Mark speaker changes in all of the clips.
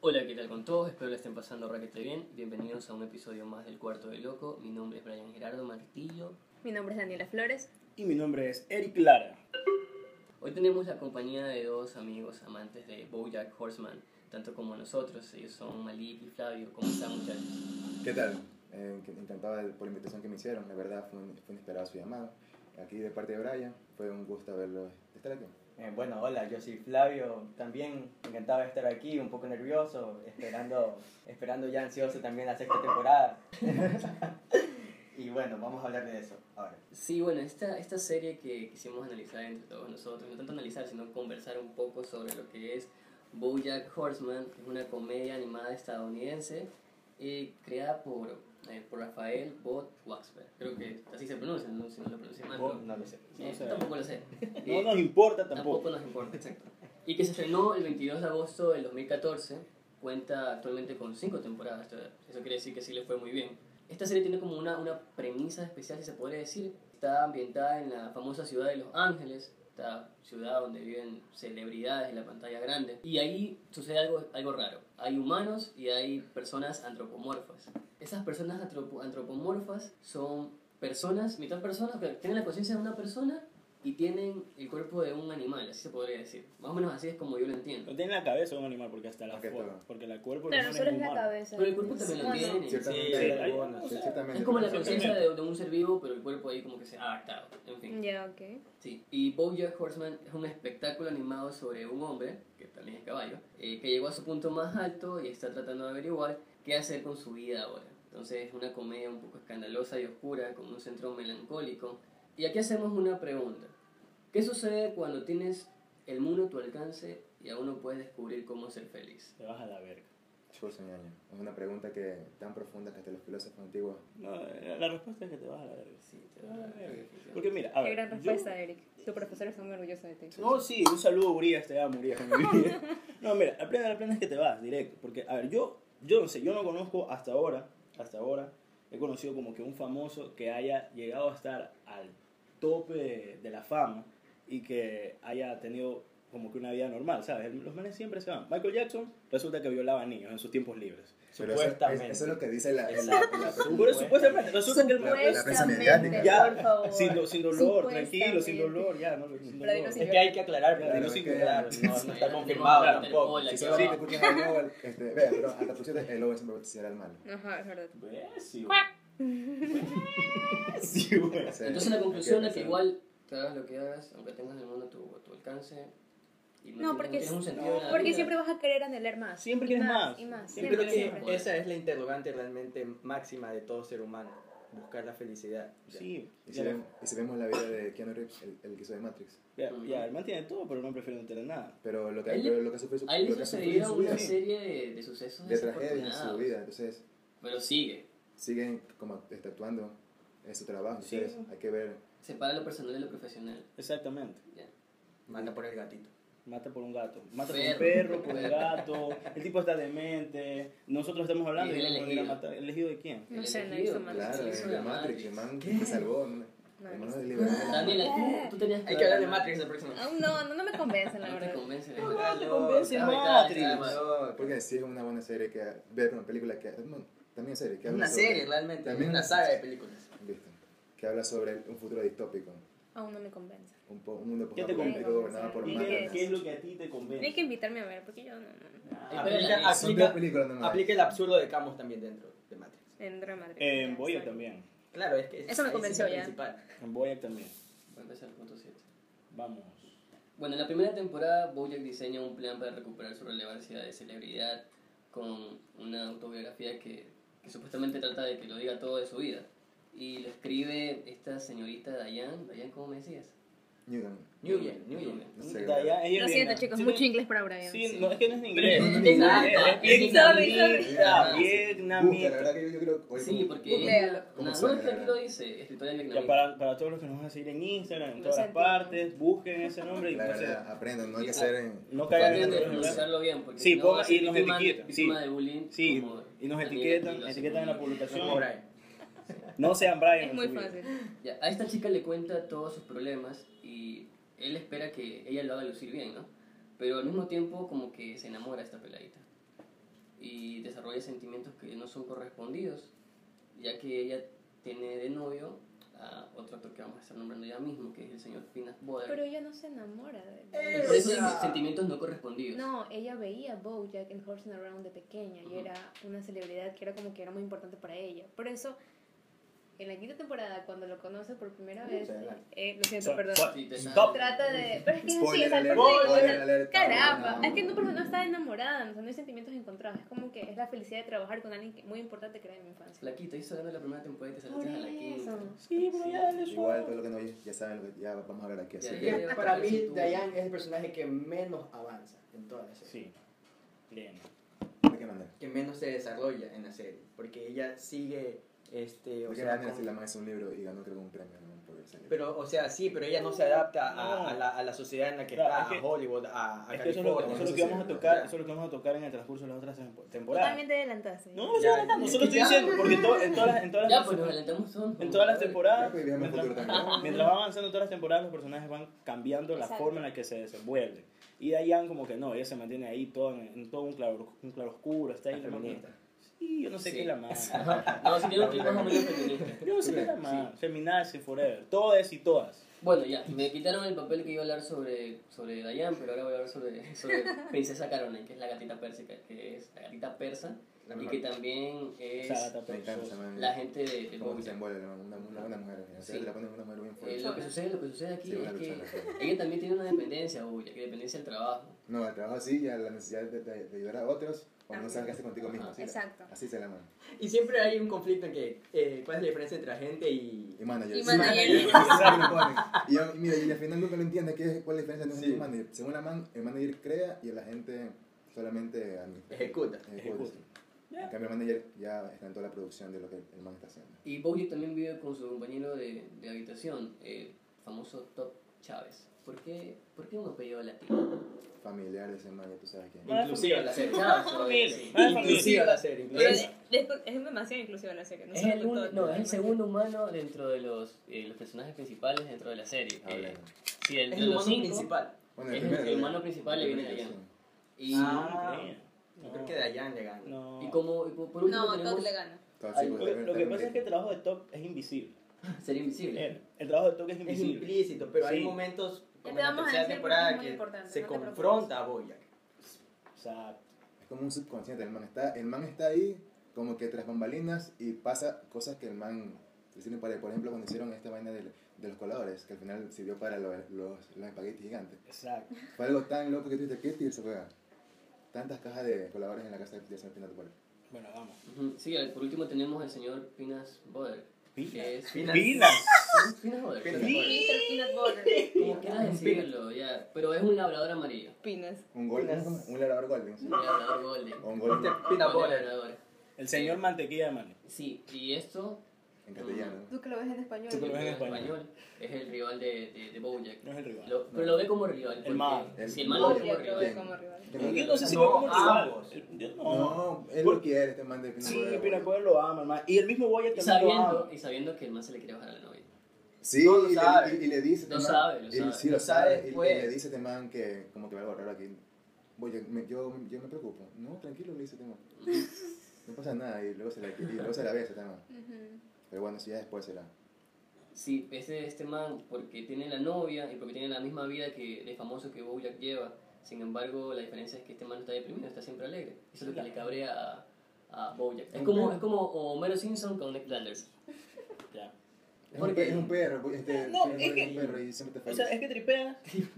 Speaker 1: Hola, ¿qué tal con todos? Espero le estén pasando raquete bien. Bienvenidos a un episodio más del Cuarto de Loco. Mi nombre es Brian Gerardo Martillo.
Speaker 2: Mi nombre es Daniela Flores.
Speaker 3: Y mi nombre es Eric Lara.
Speaker 1: Hoy tenemos la compañía de dos amigos amantes de Bojack Horseman, tanto como nosotros. Ellos son Malik y Flavio. ¿Cómo están, muchachos?
Speaker 4: ¿Qué tal? Eh, que- encantado de- por la invitación que me hicieron, la verdad fue, un- fue inesperado su llamado. Aquí de parte de Brian, fue un gusto verlo estar aquí.
Speaker 5: Eh, bueno, hola, yo soy Flavio, también encantado de estar aquí, un poco nervioso, esperando, esperando ya ansioso también la sexta temporada. y bueno, vamos a hablar de eso ahora.
Speaker 1: Sí, bueno, esta, esta serie que quisimos analizar entre todos nosotros, no tanto analizar, sino conversar un poco sobre lo que es Bojack Horseman, que es una comedia animada estadounidense eh, creada por, eh, por Rafael Bot Waxberg. Creo que así se pronuncia, no, si no lo pronuncié mal.
Speaker 5: Vos
Speaker 1: pero-
Speaker 5: no lo sé.
Speaker 1: Sí,
Speaker 3: No sé.
Speaker 1: Tampoco lo sé.
Speaker 3: No
Speaker 1: Eh,
Speaker 3: nos importa
Speaker 1: tampoco
Speaker 3: tampoco.
Speaker 1: nos importa, exacto. Y que se estrenó el 22 de agosto del 2014, cuenta actualmente con cinco temporadas, esto- eso quiere decir que sí le fue muy bien. Esta serie tiene como una, una premisa especial, si se podría decir. Está ambientada en la famosa ciudad de Los Ángeles, esta ciudad donde viven celebridades en la pantalla grande. Y ahí sucede algo, algo raro. Hay humanos y hay personas antropomorfas. Esas personas antropo- antropomorfas son personas, mitad personas, que tienen la conciencia de una persona y tienen el cuerpo de un animal, así se podría decir. Más o menos así es como yo lo entiendo.
Speaker 3: No tiene la cabeza de un animal porque hasta la
Speaker 4: Aunque
Speaker 3: forma.
Speaker 4: todo.
Speaker 3: Porque la cuerpo
Speaker 2: Claro,
Speaker 3: no
Speaker 2: solo es
Speaker 3: humano.
Speaker 2: la cabeza.
Speaker 1: Pero el cuerpo también lo
Speaker 2: Bueno,
Speaker 1: tiene.
Speaker 4: Ciertamente,
Speaker 3: sí,
Speaker 4: hay
Speaker 3: hay-
Speaker 4: algunas,
Speaker 3: o sea,
Speaker 4: ciertamente,
Speaker 1: Es como la
Speaker 4: pero-
Speaker 1: conciencia de, de un ser vivo, pero el cuerpo ahí como que se ha adaptado. En fin.
Speaker 2: Ya, ok.
Speaker 1: Sí, y BoJack Horseman es un espectáculo animado sobre un hombre, que también es caballo, eh, que llegó a su punto más alto y está tratando de averiguar qué hacer con su vida ahora. Entonces es una comedia un poco escandalosa y oscura, con un centro melancólico. Y aquí hacemos una pregunta. ¿Qué sucede cuando tienes el mundo a tu alcance y aún no puedes descubrir cómo ser feliz?
Speaker 3: Te vas a la verga.
Speaker 4: Schwarzenegger. Es una pregunta que tan profunda que hasta los filósofos antiguos.
Speaker 3: No, la la respuesta es que te vas a la verga.
Speaker 1: Sí, te
Speaker 3: Te
Speaker 1: da
Speaker 3: vas a
Speaker 1: la
Speaker 3: la verga.
Speaker 1: definición.
Speaker 3: Porque mira, a
Speaker 2: Qué
Speaker 3: ver.
Speaker 2: gran
Speaker 3: yo-
Speaker 2: respuesta, Eric. Tu profesor está muy orgulloso de ti.
Speaker 3: No, sí, un saludo Urias, te amo Urias. mi vida. No, mira, la plena, la plena es que te vas directo, porque a ver, yo yo no sé, yo no conozco hasta ahora, hasta ahora he conocido como que un famoso que haya llegado a estar al tope de, de la fama y que haya tenido como que una vida normal, ¿sabes? Los manes siempre se van. Michael Jackson resulta que violaba niños en sus tiempos libres.
Speaker 4: Pero eso, es,
Speaker 5: Supuestamente.
Speaker 4: eso es lo que dice la, la,
Speaker 5: Exacto.
Speaker 4: la-
Speaker 3: Por eso, supuestamente, resulta que el man-
Speaker 4: Supuestamente. la prensa mediática.
Speaker 3: Ya,
Speaker 2: por favor.
Speaker 3: sin, do- sin dolor, tranquilo, sin
Speaker 2: Supuestamente.
Speaker 3: dolor, ya, no, sin
Speaker 2: Pero
Speaker 3: dolor.
Speaker 2: dinos si-
Speaker 5: Es que hay que aclarar,
Speaker 3: Ya,
Speaker 5: pero
Speaker 4: dinos
Speaker 5: no,
Speaker 4: si-
Speaker 5: claro, no, no está
Speaker 1: Claro.
Speaker 5: confirmado
Speaker 3: Claro.
Speaker 5: tampoco.
Speaker 1: Hola.
Speaker 4: Si solamente escuchas a Nobel, este, vea, pero hasta por cierto, el Nobel siempre será el malo.
Speaker 2: Ajá, es verdad.
Speaker 3: Bécil. Sí, güey.
Speaker 4: Ese-
Speaker 1: Entonces la
Speaker 4: hay que
Speaker 1: conclusión es que
Speaker 4: Este, pensar.
Speaker 1: igual, te hagas lo que hagas, aunque tengas el mundo a tu, a tu alcance, y
Speaker 2: No,
Speaker 1: tienes-
Speaker 2: porque
Speaker 1: tienes un
Speaker 2: es-
Speaker 1: sentido de la
Speaker 2: Porque
Speaker 1: vida.
Speaker 2: siempre vas a querer anhelar más.
Speaker 3: Ah, Siempre
Speaker 2: Y
Speaker 3: quieres más.
Speaker 2: Y más.
Speaker 3: Siempre
Speaker 5: Creo
Speaker 2: Siempre,
Speaker 5: que
Speaker 2: siempre.
Speaker 5: esa es la interrogante realmente máxima de todo ser humano, buscar la felicidad.
Speaker 3: Sí,
Speaker 4: Y si,
Speaker 3: ya,
Speaker 4: vemos, y si vemos la vida de Keanu Reeves, el, el que hizo de Matrix.
Speaker 3: ya, ya, el man tiene todo, pero no prefiere no tener nada.
Speaker 4: Pero lo que,
Speaker 1: A él le-
Speaker 4: pero lo que sufrió su,
Speaker 1: A él le
Speaker 4: lo que ha sufrido en
Speaker 1: sucedió
Speaker 4: su
Speaker 1: una
Speaker 4: vida,
Speaker 1: serie de, de sucesos
Speaker 4: de tragedias en su
Speaker 1: desafortunados,
Speaker 4: vida. Entonces,
Speaker 1: Pero sigue.
Speaker 4: siguen como este, actuando en su trabajo.
Speaker 3: Sí.
Speaker 4: Entonces, hay que ver.
Speaker 1: Separa lo personal de lo profesional.
Speaker 3: Exactamente.
Speaker 1: ya.
Speaker 5: Manda por el gatito.
Speaker 3: Mata por un gato. Mata
Speaker 1: Perro.
Speaker 3: por un perro, por un gato. El tipo está demente. Nosotros estamos hablando
Speaker 1: Y
Speaker 3: y
Speaker 1: el
Speaker 3: no
Speaker 1: elegido.
Speaker 3: podría matar. ¿Elegido de quién?
Speaker 2: No
Speaker 1: El
Speaker 2: sé, no he
Speaker 1: elegido,
Speaker 2: visto Matrix.
Speaker 4: Claro,
Speaker 1: Sí,
Speaker 3: eh.
Speaker 1: eso
Speaker 4: el
Speaker 1: era
Speaker 4: de Matrix, el
Speaker 1: Matrix.
Speaker 4: man que te salvó. ¿no?
Speaker 2: No,
Speaker 4: El
Speaker 2: no
Speaker 4: man
Speaker 2: sé.
Speaker 4: de libertad.
Speaker 1: Daniela, tú, tú tenías
Speaker 5: Hay que hablar de
Speaker 1: Matrix.
Speaker 5: Matrix la próxima.
Speaker 2: Aún No, no, no me convencen, la
Speaker 1: No te
Speaker 2: verdad.
Speaker 1: convence.
Speaker 3: No,
Speaker 1: ¿verdad?
Speaker 3: te convence
Speaker 1: Está,
Speaker 3: Matrix.
Speaker 1: está, está, está.
Speaker 4: Porque sí es una buena serie que. Ver una película que. no, también serie. Que
Speaker 5: Es
Speaker 4: habla
Speaker 5: una
Speaker 4: sobre-
Speaker 5: serie realmente,
Speaker 4: También
Speaker 5: también una
Speaker 4: una-
Speaker 5: saga de películas.
Speaker 4: Listo. Que habla sobre un futuro distópico.
Speaker 2: Aún no me convence.
Speaker 4: Un, po- un mundo
Speaker 3: ¿Qué te
Speaker 4: post-apocalíptico
Speaker 2: convence?
Speaker 4: gobernado por
Speaker 3: ¿Y
Speaker 2: Matrix.
Speaker 3: qué,
Speaker 4: máquinas.
Speaker 3: qué es lo que a ti te
Speaker 2: Tienes
Speaker 3: convence?
Speaker 2: que invitarme a ver, porque yo no, no, no.
Speaker 3: Ah,
Speaker 5: Aplica,
Speaker 4: Son dos
Speaker 5: aplica,
Speaker 4: películas nomás.
Speaker 5: aplica el absurdo de Camus también dentro de Matrix.
Speaker 2: Entro a Matrix.
Speaker 3: En
Speaker 2: Ya,
Speaker 3: Boya
Speaker 2: sorry.
Speaker 3: también.
Speaker 5: Claro, es que... es-
Speaker 2: Eso me
Speaker 5: ahí sí
Speaker 2: convenció
Speaker 5: es lo
Speaker 2: ya.
Speaker 5: principal.
Speaker 3: En Boyac también.
Speaker 1: Voy a empezar el punto 7.
Speaker 3: Vamos.
Speaker 1: Bueno, en la primera temporada, Bojack diseña un plan para recuperar su relevancia de celebridad con una autobiografía que, que supuestamente trata de que lo diga todo de su vida. Y lo escribe esta señorita Diane. Diane, ¿cómo me decías?
Speaker 4: Newton.
Speaker 1: Newman. Newman.
Speaker 4: No sé,
Speaker 3: Ya, ya, ella
Speaker 2: Lo
Speaker 3: es
Speaker 2: siento,
Speaker 3: linda.
Speaker 2: chicos,
Speaker 3: Sí,
Speaker 2: mucho inglés para Brian.
Speaker 3: Sí, no, es que no es en inglés.
Speaker 1: Pero no
Speaker 3: Es
Speaker 1: tiene nada.
Speaker 2: Sorry,
Speaker 3: vietnamita,
Speaker 1: sorry.
Speaker 4: Busca, la
Speaker 3: vietnamita.
Speaker 4: verdad que yo, yo creo que hoy
Speaker 1: Sí, porque
Speaker 2: Googlealo.
Speaker 1: ella...
Speaker 4: ¿Cómo
Speaker 1: no,
Speaker 4: suena,
Speaker 1: no, es que aquí
Speaker 4: verdad?
Speaker 1: lo dice, escritora
Speaker 3: Ya
Speaker 1: vietnamita.
Speaker 3: para, para todos los que nos van a seguir en Instagram, en
Speaker 2: Lo
Speaker 3: todas las
Speaker 2: sentimos.
Speaker 3: partes, busquen ese nombre y
Speaker 4: la
Speaker 3: no sé,
Speaker 4: verdad, aprendan, no hay que ser en...
Speaker 3: no
Speaker 1: Traten
Speaker 3: caigan en
Speaker 1: de
Speaker 3: el
Speaker 1: pronunciarlo bien, porque
Speaker 3: Sí,
Speaker 1: si no
Speaker 3: ponga-
Speaker 1: va a ser
Speaker 3: y nos
Speaker 1: víctima-
Speaker 3: etiqueta,
Speaker 1: víctima
Speaker 3: sí.
Speaker 1: de bullying.
Speaker 3: Sí,
Speaker 1: como
Speaker 3: y nos
Speaker 1: Daniela
Speaker 3: etiquetan,
Speaker 1: y lo
Speaker 3: etiquetan en la
Speaker 1: hace muy bien.
Speaker 5: No como
Speaker 3: publicación.
Speaker 5: Brian.
Speaker 3: No sean Brian.
Speaker 2: Es
Speaker 3: en
Speaker 2: muy
Speaker 3: su vida.
Speaker 2: fácil.
Speaker 1: Ya, a esta chica le cuenta todos sus problemas y él espera que ella lo haga lucir bien, ¿no? Pero al mismo tiempo como que se enamora de esta peladita y desarrolla sentimientos que no son correspondidos, ya que ella tiene de novio a otro actor que vamos a estar nombrando ya mismo, que es el señor Pinas Boder.
Speaker 2: Pero ella no se enamora de
Speaker 3: Eh,
Speaker 1: Y
Speaker 2: él.
Speaker 1: Por eso dice sentimientos no correspondidos.
Speaker 2: No, ella veía a Bojack en Horse and Around de pequeña y era una celebridad que era como que era muy importante para ella. Por eso, en la quinta temporada, cuando lo conoce por primera vez, eh, lo siento,
Speaker 3: Sa-
Speaker 2: perdón.
Speaker 3: sa-
Speaker 1: Sí, te
Speaker 3: Stop.
Speaker 1: sabe.
Speaker 2: Trata de. Pero es que es así,
Speaker 4: Spoiler
Speaker 2: es al
Speaker 4: alert,
Speaker 2: borde,
Speaker 4: spoiler
Speaker 2: o sea,
Speaker 4: alert.
Speaker 2: Caramba,
Speaker 4: No.
Speaker 2: es que no, pero no está enamorada, no, no hay sentimientos encontrados. Es como que es la felicidad de trabajar con alguien que- muy importante que era de mi infancia.
Speaker 1: Flaquita, hizo ganando la primera temporada y te
Speaker 2: Por
Speaker 1: saliste a la quinta.
Speaker 2: eso.
Speaker 3: Sí, pero ya dale
Speaker 4: Igual
Speaker 3: suave.
Speaker 4: todo lo que no oye, ya saben, lo que- ya vamos a hablar aquí. Así
Speaker 1: Ya,
Speaker 4: que,
Speaker 1: ya,
Speaker 5: Para mí,
Speaker 1: Sí, tú.
Speaker 5: Diane es el personaje que menos avanza en toda la serie.
Speaker 3: Sí. Bien.
Speaker 4: ¿de qué manera?
Speaker 5: Que menos se desarrolla en la serie. Porque ella sigue, este, o
Speaker 4: ¿De qué
Speaker 5: sea...
Speaker 4: manera
Speaker 5: con-
Speaker 4: si la man es un libro y ganó creo que un premio ¿no? por ese libro?
Speaker 5: Pero, o sea, sí, pero ella no se adapta a,
Speaker 3: No.
Speaker 5: a la, a la sociedad en la que
Speaker 3: Claro,
Speaker 5: está,
Speaker 3: es que-
Speaker 5: a Hollywood, a, a
Speaker 3: Es que eso es lo,
Speaker 5: California.
Speaker 3: eso es lo que vamos a
Speaker 4: Entonces,
Speaker 3: tocar,
Speaker 5: ya.
Speaker 3: eso es lo que vamos a tocar en el transcurso de las otras tempo- temporadas.
Speaker 2: Totalmente adelantaste.
Speaker 3: No, no,
Speaker 5: Ya,
Speaker 3: no, no,
Speaker 5: ya,
Speaker 3: solo estoy
Speaker 5: ya.
Speaker 3: diciendo, porque en to- en todas las- en todas
Speaker 1: Ya, pues nos
Speaker 3: las
Speaker 1: adelantamos todos.
Speaker 3: en todas las
Speaker 4: Ya,
Speaker 3: temporadas,
Speaker 4: pues, vivíamos el futuro
Speaker 3: mientras,
Speaker 4: también.
Speaker 3: mientras va avanzando todas las temporadas, los personajes van cambiando la
Speaker 2: Exacto.
Speaker 3: forma en la que se desenvuelven. Y Dayan como que no, ella se mantiene ahí todo en, en todo un claro, un claro oscuro, está ahí
Speaker 5: La feminista.
Speaker 3: Y yo no sé
Speaker 1: Sí.
Speaker 3: qué es la más.
Speaker 1: No, si quiero un clip más o menos feminista.
Speaker 3: Yo no sé qué es la más. Feminazi, forever. Todas y todas.
Speaker 1: Bueno, ya, me quitaron el papel que iba a hablar sobre, sobre Dayan, pero ahora voy a hablar sobre, sobre Princesa Caroline, que es la gatita persica, que es la gatita persa,
Speaker 5: La
Speaker 1: y
Speaker 5: mejor.
Speaker 1: que también
Speaker 3: Esa
Speaker 1: es
Speaker 3: gata
Speaker 4: Me encanta esa
Speaker 3: perezosa.
Speaker 4: man.
Speaker 1: la gente de, de
Speaker 4: Cómo se
Speaker 1: Bojack.
Speaker 4: desenvuelve, la man, una, una buena mujer. O sea,
Speaker 1: Sí.
Speaker 4: la ponen una mujer bien
Speaker 1: Eh,
Speaker 4: fuerte. pues,
Speaker 1: lo, que sucede, lo que sucede aquí
Speaker 4: Sí, una
Speaker 1: es que
Speaker 4: luchona.
Speaker 1: ella también tiene una dependencia, Bojack, que dependencia del trabajo.
Speaker 4: No, el trabajo así y a la necesidad de, de- de ayudar a otros cuando
Speaker 2: También.
Speaker 4: no sabes qué hacer contigo mismo.
Speaker 1: Ajá.
Speaker 4: Así,
Speaker 2: Exacto.
Speaker 4: así se la man.
Speaker 5: Y siempre hay un conflicto en que, eh, ¿cuál es la diferencia entre agente y...
Speaker 4: Y manager.
Speaker 2: Y
Speaker 4: sí.
Speaker 2: manager.
Speaker 4: Eso es lo que le ponen. Y, yo- y mira, y al final nunca lo entiendes qué es, cuál es la diferencia entre
Speaker 5: Sí.
Speaker 4: un manager. Según la man, el manager crea y la gente solamente administra.
Speaker 5: Ejecuta.
Speaker 4: Ejecuta. sí.
Speaker 3: Ya.
Speaker 4: En cambio, el manager ya está en toda la producción de lo que el man está haciendo.
Speaker 1: Y Bojack también vive con su compañero de, de habitación, el famoso Top Chávez. ¿Por qué, ¿Por qué un apellido latino?
Speaker 4: Familiar de ese man, ya tú sabes quién.
Speaker 3: Más
Speaker 5: Inclusiva la serie.
Speaker 1: Chávez, obvio, sí.
Speaker 3: Más
Speaker 5: Inclusiva la serie.
Speaker 2: Pero
Speaker 5: inclusiva.
Speaker 2: es, es- es demasiado inclusiva la serie. No
Speaker 1: Es
Speaker 2: solo
Speaker 1: el,
Speaker 2: con
Speaker 1: un-
Speaker 2: todo-
Speaker 1: no, es el segundo humano dentro de los, eh, los personajes principales dentro de la serie. Eh,
Speaker 4: Hablando.
Speaker 1: sí, el,
Speaker 5: Es
Speaker 1: de
Speaker 5: el
Speaker 1: los
Speaker 5: humano
Speaker 1: cinco,
Speaker 5: principal.
Speaker 4: Bueno,
Speaker 1: es el-
Speaker 4: primero,
Speaker 1: el
Speaker 4: creo.
Speaker 1: humano principal le viene
Speaker 4: primero,
Speaker 1: allá.
Speaker 4: sí.
Speaker 1: Y,
Speaker 5: Ah, yo creo que Dayan le gana.
Speaker 3: No.
Speaker 1: y como y por por último
Speaker 2: No, Todd
Speaker 1: tenemos
Speaker 2: le gana.
Speaker 4: Todo
Speaker 1: Ay,
Speaker 4: así, pues, porque
Speaker 3: Lo,
Speaker 4: también-
Speaker 3: lo que
Speaker 4: también
Speaker 3: pasa es que el
Speaker 4: tiene-
Speaker 3: trabajo de Top es invisible.
Speaker 1: ser invisible.
Speaker 3: El, el trabajo de Top es
Speaker 5: Es
Speaker 3: invisible.
Speaker 5: implícito, pero hay
Speaker 3: Sí.
Speaker 5: momentos
Speaker 2: Ya te
Speaker 5: como en la
Speaker 2: vamos a decir
Speaker 5: tercera
Speaker 2: porque
Speaker 5: temporada
Speaker 2: es muy
Speaker 5: que
Speaker 2: importante,
Speaker 5: se
Speaker 2: no te preocupes.
Speaker 5: confronta a Boyac.
Speaker 3: O sea,
Speaker 4: es como un subconsciente. El man, está, el man está ahí como que tras bambalinas y pasa cosas que el man... hicieron para- Por ejemplo, cuando hicieron esta vaina del- de, los coladores, que al final sirvió para lo- los, los espaguetis gigantes.
Speaker 3: exacto.
Speaker 4: Fue algo tan loco que tú dices, ¿qué tío se juega? Tantas cajas de coladores en la casa de San Pinato Polo.
Speaker 3: Bueno, vamos.
Speaker 1: Ujú. Sí, al- por último tenemos al señor Pinas Boder. Que
Speaker 3: Pilas.
Speaker 1: es
Speaker 5: Pilas.
Speaker 3: Pilas.
Speaker 1: Pinas Boder.
Speaker 4: Pinas.
Speaker 1: ¿sí?
Speaker 2: Mr. Peanut Butter.
Speaker 1: Como quieras decirlo, ya. Pero es un labrador amarillo.
Speaker 2: Pinas.
Speaker 4: Un golden,
Speaker 5: Unas-
Speaker 4: un labrador golden. sí.
Speaker 1: Un labrador golden.
Speaker 4: O un golden
Speaker 5: Pina
Speaker 1: Golden
Speaker 5: Boller.
Speaker 1: labrador.
Speaker 3: El señor mantequilla de mano.
Speaker 1: Sí, y esto
Speaker 4: en castellano.
Speaker 2: Tú que lo ves en español.
Speaker 3: Tú que lo ves en
Speaker 1: en
Speaker 3: español.
Speaker 1: español es el rival de, de, de Bojack.
Speaker 3: No es el rival.
Speaker 1: Lo- pero lo ve como rival. porque
Speaker 3: man.
Speaker 1: Si
Speaker 4: El-
Speaker 1: el man lo ve
Speaker 2: Bojack
Speaker 1: como
Speaker 2: lo
Speaker 1: rival.
Speaker 2: ve
Speaker 4: ¿Quién?
Speaker 2: como rival.
Speaker 3: Yo no sé si
Speaker 5: No,
Speaker 3: lo como rival.
Speaker 5: ambos.
Speaker 3: El- yo
Speaker 4: No, él
Speaker 3: Por-
Speaker 4: lo quiere, este man de Pinato
Speaker 3: Sí, pues,
Speaker 4: Polo.
Speaker 3: Pina Poder lo ama, hermano. Y el mismo Boyer
Speaker 1: Y
Speaker 3: también lo
Speaker 1: sabiendo,
Speaker 3: ama.
Speaker 1: y sabiendo que el man se le quiere bajar a la novia.
Speaker 4: Sí,
Speaker 5: No lo
Speaker 4: y,
Speaker 5: sabe.
Speaker 4: Le, y, y le dice.
Speaker 1: Lo
Speaker 4: este
Speaker 1: sabe, lo
Speaker 4: y-
Speaker 1: sabe.
Speaker 4: Sí, lo,
Speaker 5: Lo
Speaker 4: sabe.
Speaker 5: sabe,
Speaker 4: y-
Speaker 5: pues.
Speaker 4: Y le dice a este man que como que va algo raro aquí. Voy, yo, me, yo, yo me preocupo. No, tranquilo, le dice este man. No pasa nada. Y luego se la, y luego se la besa este man.
Speaker 2: Ujú.
Speaker 4: Pero bueno, eso ya después será.
Speaker 1: Sí, ese este man, porque tiene la novia y porque tiene la misma vida que el famoso que Bojack lleva. Sin embargo, la diferencia es que este man no está deprimido, está siempre alegre. Eso es lo que le cabrea a, a Bojack. Es como, es como Homero Simpson con Nick Flanders.
Speaker 3: Ya,
Speaker 4: Es,
Speaker 1: ¿Por
Speaker 4: un,
Speaker 1: qué?
Speaker 4: pe- es un perro, este,
Speaker 3: No,
Speaker 4: siempre
Speaker 3: es que-
Speaker 4: un perro y siempre te
Speaker 3: O
Speaker 4: falla.
Speaker 3: sea, es que tripeas,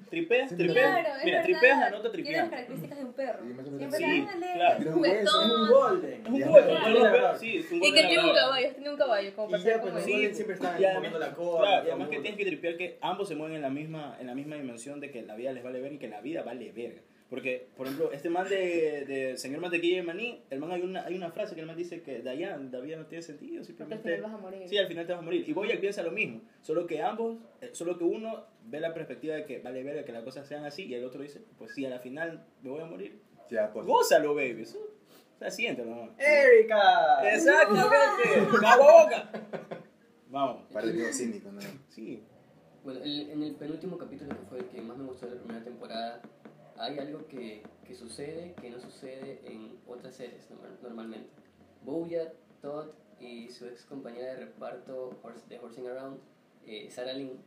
Speaker 3: tripeas,
Speaker 4: Sí,
Speaker 3: tripeas.
Speaker 2: Claro, es
Speaker 3: Mira,
Speaker 2: verdad.
Speaker 3: tripeas la nota
Speaker 2: Tiene las
Speaker 3: tripeando.
Speaker 2: características de un perro.
Speaker 4: Y me hace
Speaker 2: Siempre
Speaker 3: pensar. Sí,
Speaker 2: dale,
Speaker 3: claro.
Speaker 4: Tira un hueso,
Speaker 5: Es un
Speaker 2: juguetón.
Speaker 5: golden.
Speaker 3: Es un
Speaker 4: Ya.
Speaker 3: juego,
Speaker 2: Claro.
Speaker 3: es un juego, sí, es un
Speaker 2: Y
Speaker 3: juego
Speaker 2: que
Speaker 3: de
Speaker 2: tiene un
Speaker 3: labrador.
Speaker 2: caballo, tiene un caballo, como para
Speaker 5: Y ya,
Speaker 2: ser como
Speaker 5: pero
Speaker 2: él.
Speaker 5: sí,
Speaker 3: golden
Speaker 5: siempre
Speaker 3: está
Speaker 5: están moviendo la cola.
Speaker 3: Claro, y además que tienes que tripear que ambos se mueven en la misma, en la misma dimensión de que la vida les vale ver y que la vida vale verga. Porque, por ejemplo, este man de, de Señor Mantequilla de Maní, el man hay una, hay una frase que el man dice que Dayan, la vida no tiene sentido,
Speaker 2: Porque al
Speaker 3: simplemente...
Speaker 2: final vas a morir.
Speaker 3: Sí, al final te vas a morir. Y Boyack piensa lo mismo, solo que ambos, eh, solo que uno ve la perspectiva de que vale verga que las cosas sean así y el otro dice, pues sí, a la final me voy a morir.
Speaker 4: Ya, pues.
Speaker 3: Gózalo, baby. Eso, o sea, siéntalo, nomás.
Speaker 5: ¡Erika!
Speaker 3: Exactamente. ¡La boca! Vamos.
Speaker 4: Para el miedo cínico, ¿no?
Speaker 3: Sí.
Speaker 1: Bueno, el- en el penúltimo capítulo, que fue el que más me gustó de la primera temporada, hay algo que, que sucede que no sucede en otras series normal- normalmente. Booyah, Todd y su ex compañera de reparto Hors- de Horsing Around, eh, Sarah Lynn.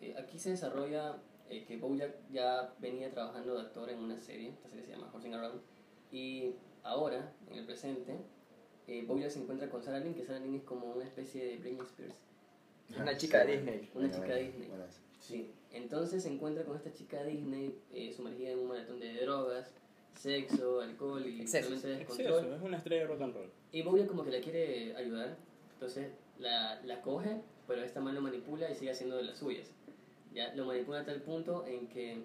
Speaker 1: eh, aquí se desarrolla eh, que Bojack ya venía trabajando de actor en una serie, esta serie se llama Horsing Around, y ahora, en el presente, eh, Bojack se encuentra con Sarah Lynn, que Sarah Lynn es como una especie de Britney Spears.
Speaker 5: Una chica de Disney.
Speaker 1: Una
Speaker 4: Bueno,
Speaker 1: chica
Speaker 4: bueno,
Speaker 1: Disney.
Speaker 4: bueno.
Speaker 1: Sí, entonces se encuentra con esta chica Disney eh, sumergida en un maratón de drogas, sexo, alcohol y
Speaker 6: Excesos.
Speaker 1: totalmente descontrol.
Speaker 3: Exceso, es una estrella de rock and roll.
Speaker 1: Y Bowyer como que la quiere ayudar, entonces la, la coge, pero esta mano lo manipula y sigue haciendo de las suyas. Ya lo manipula a tal punto en que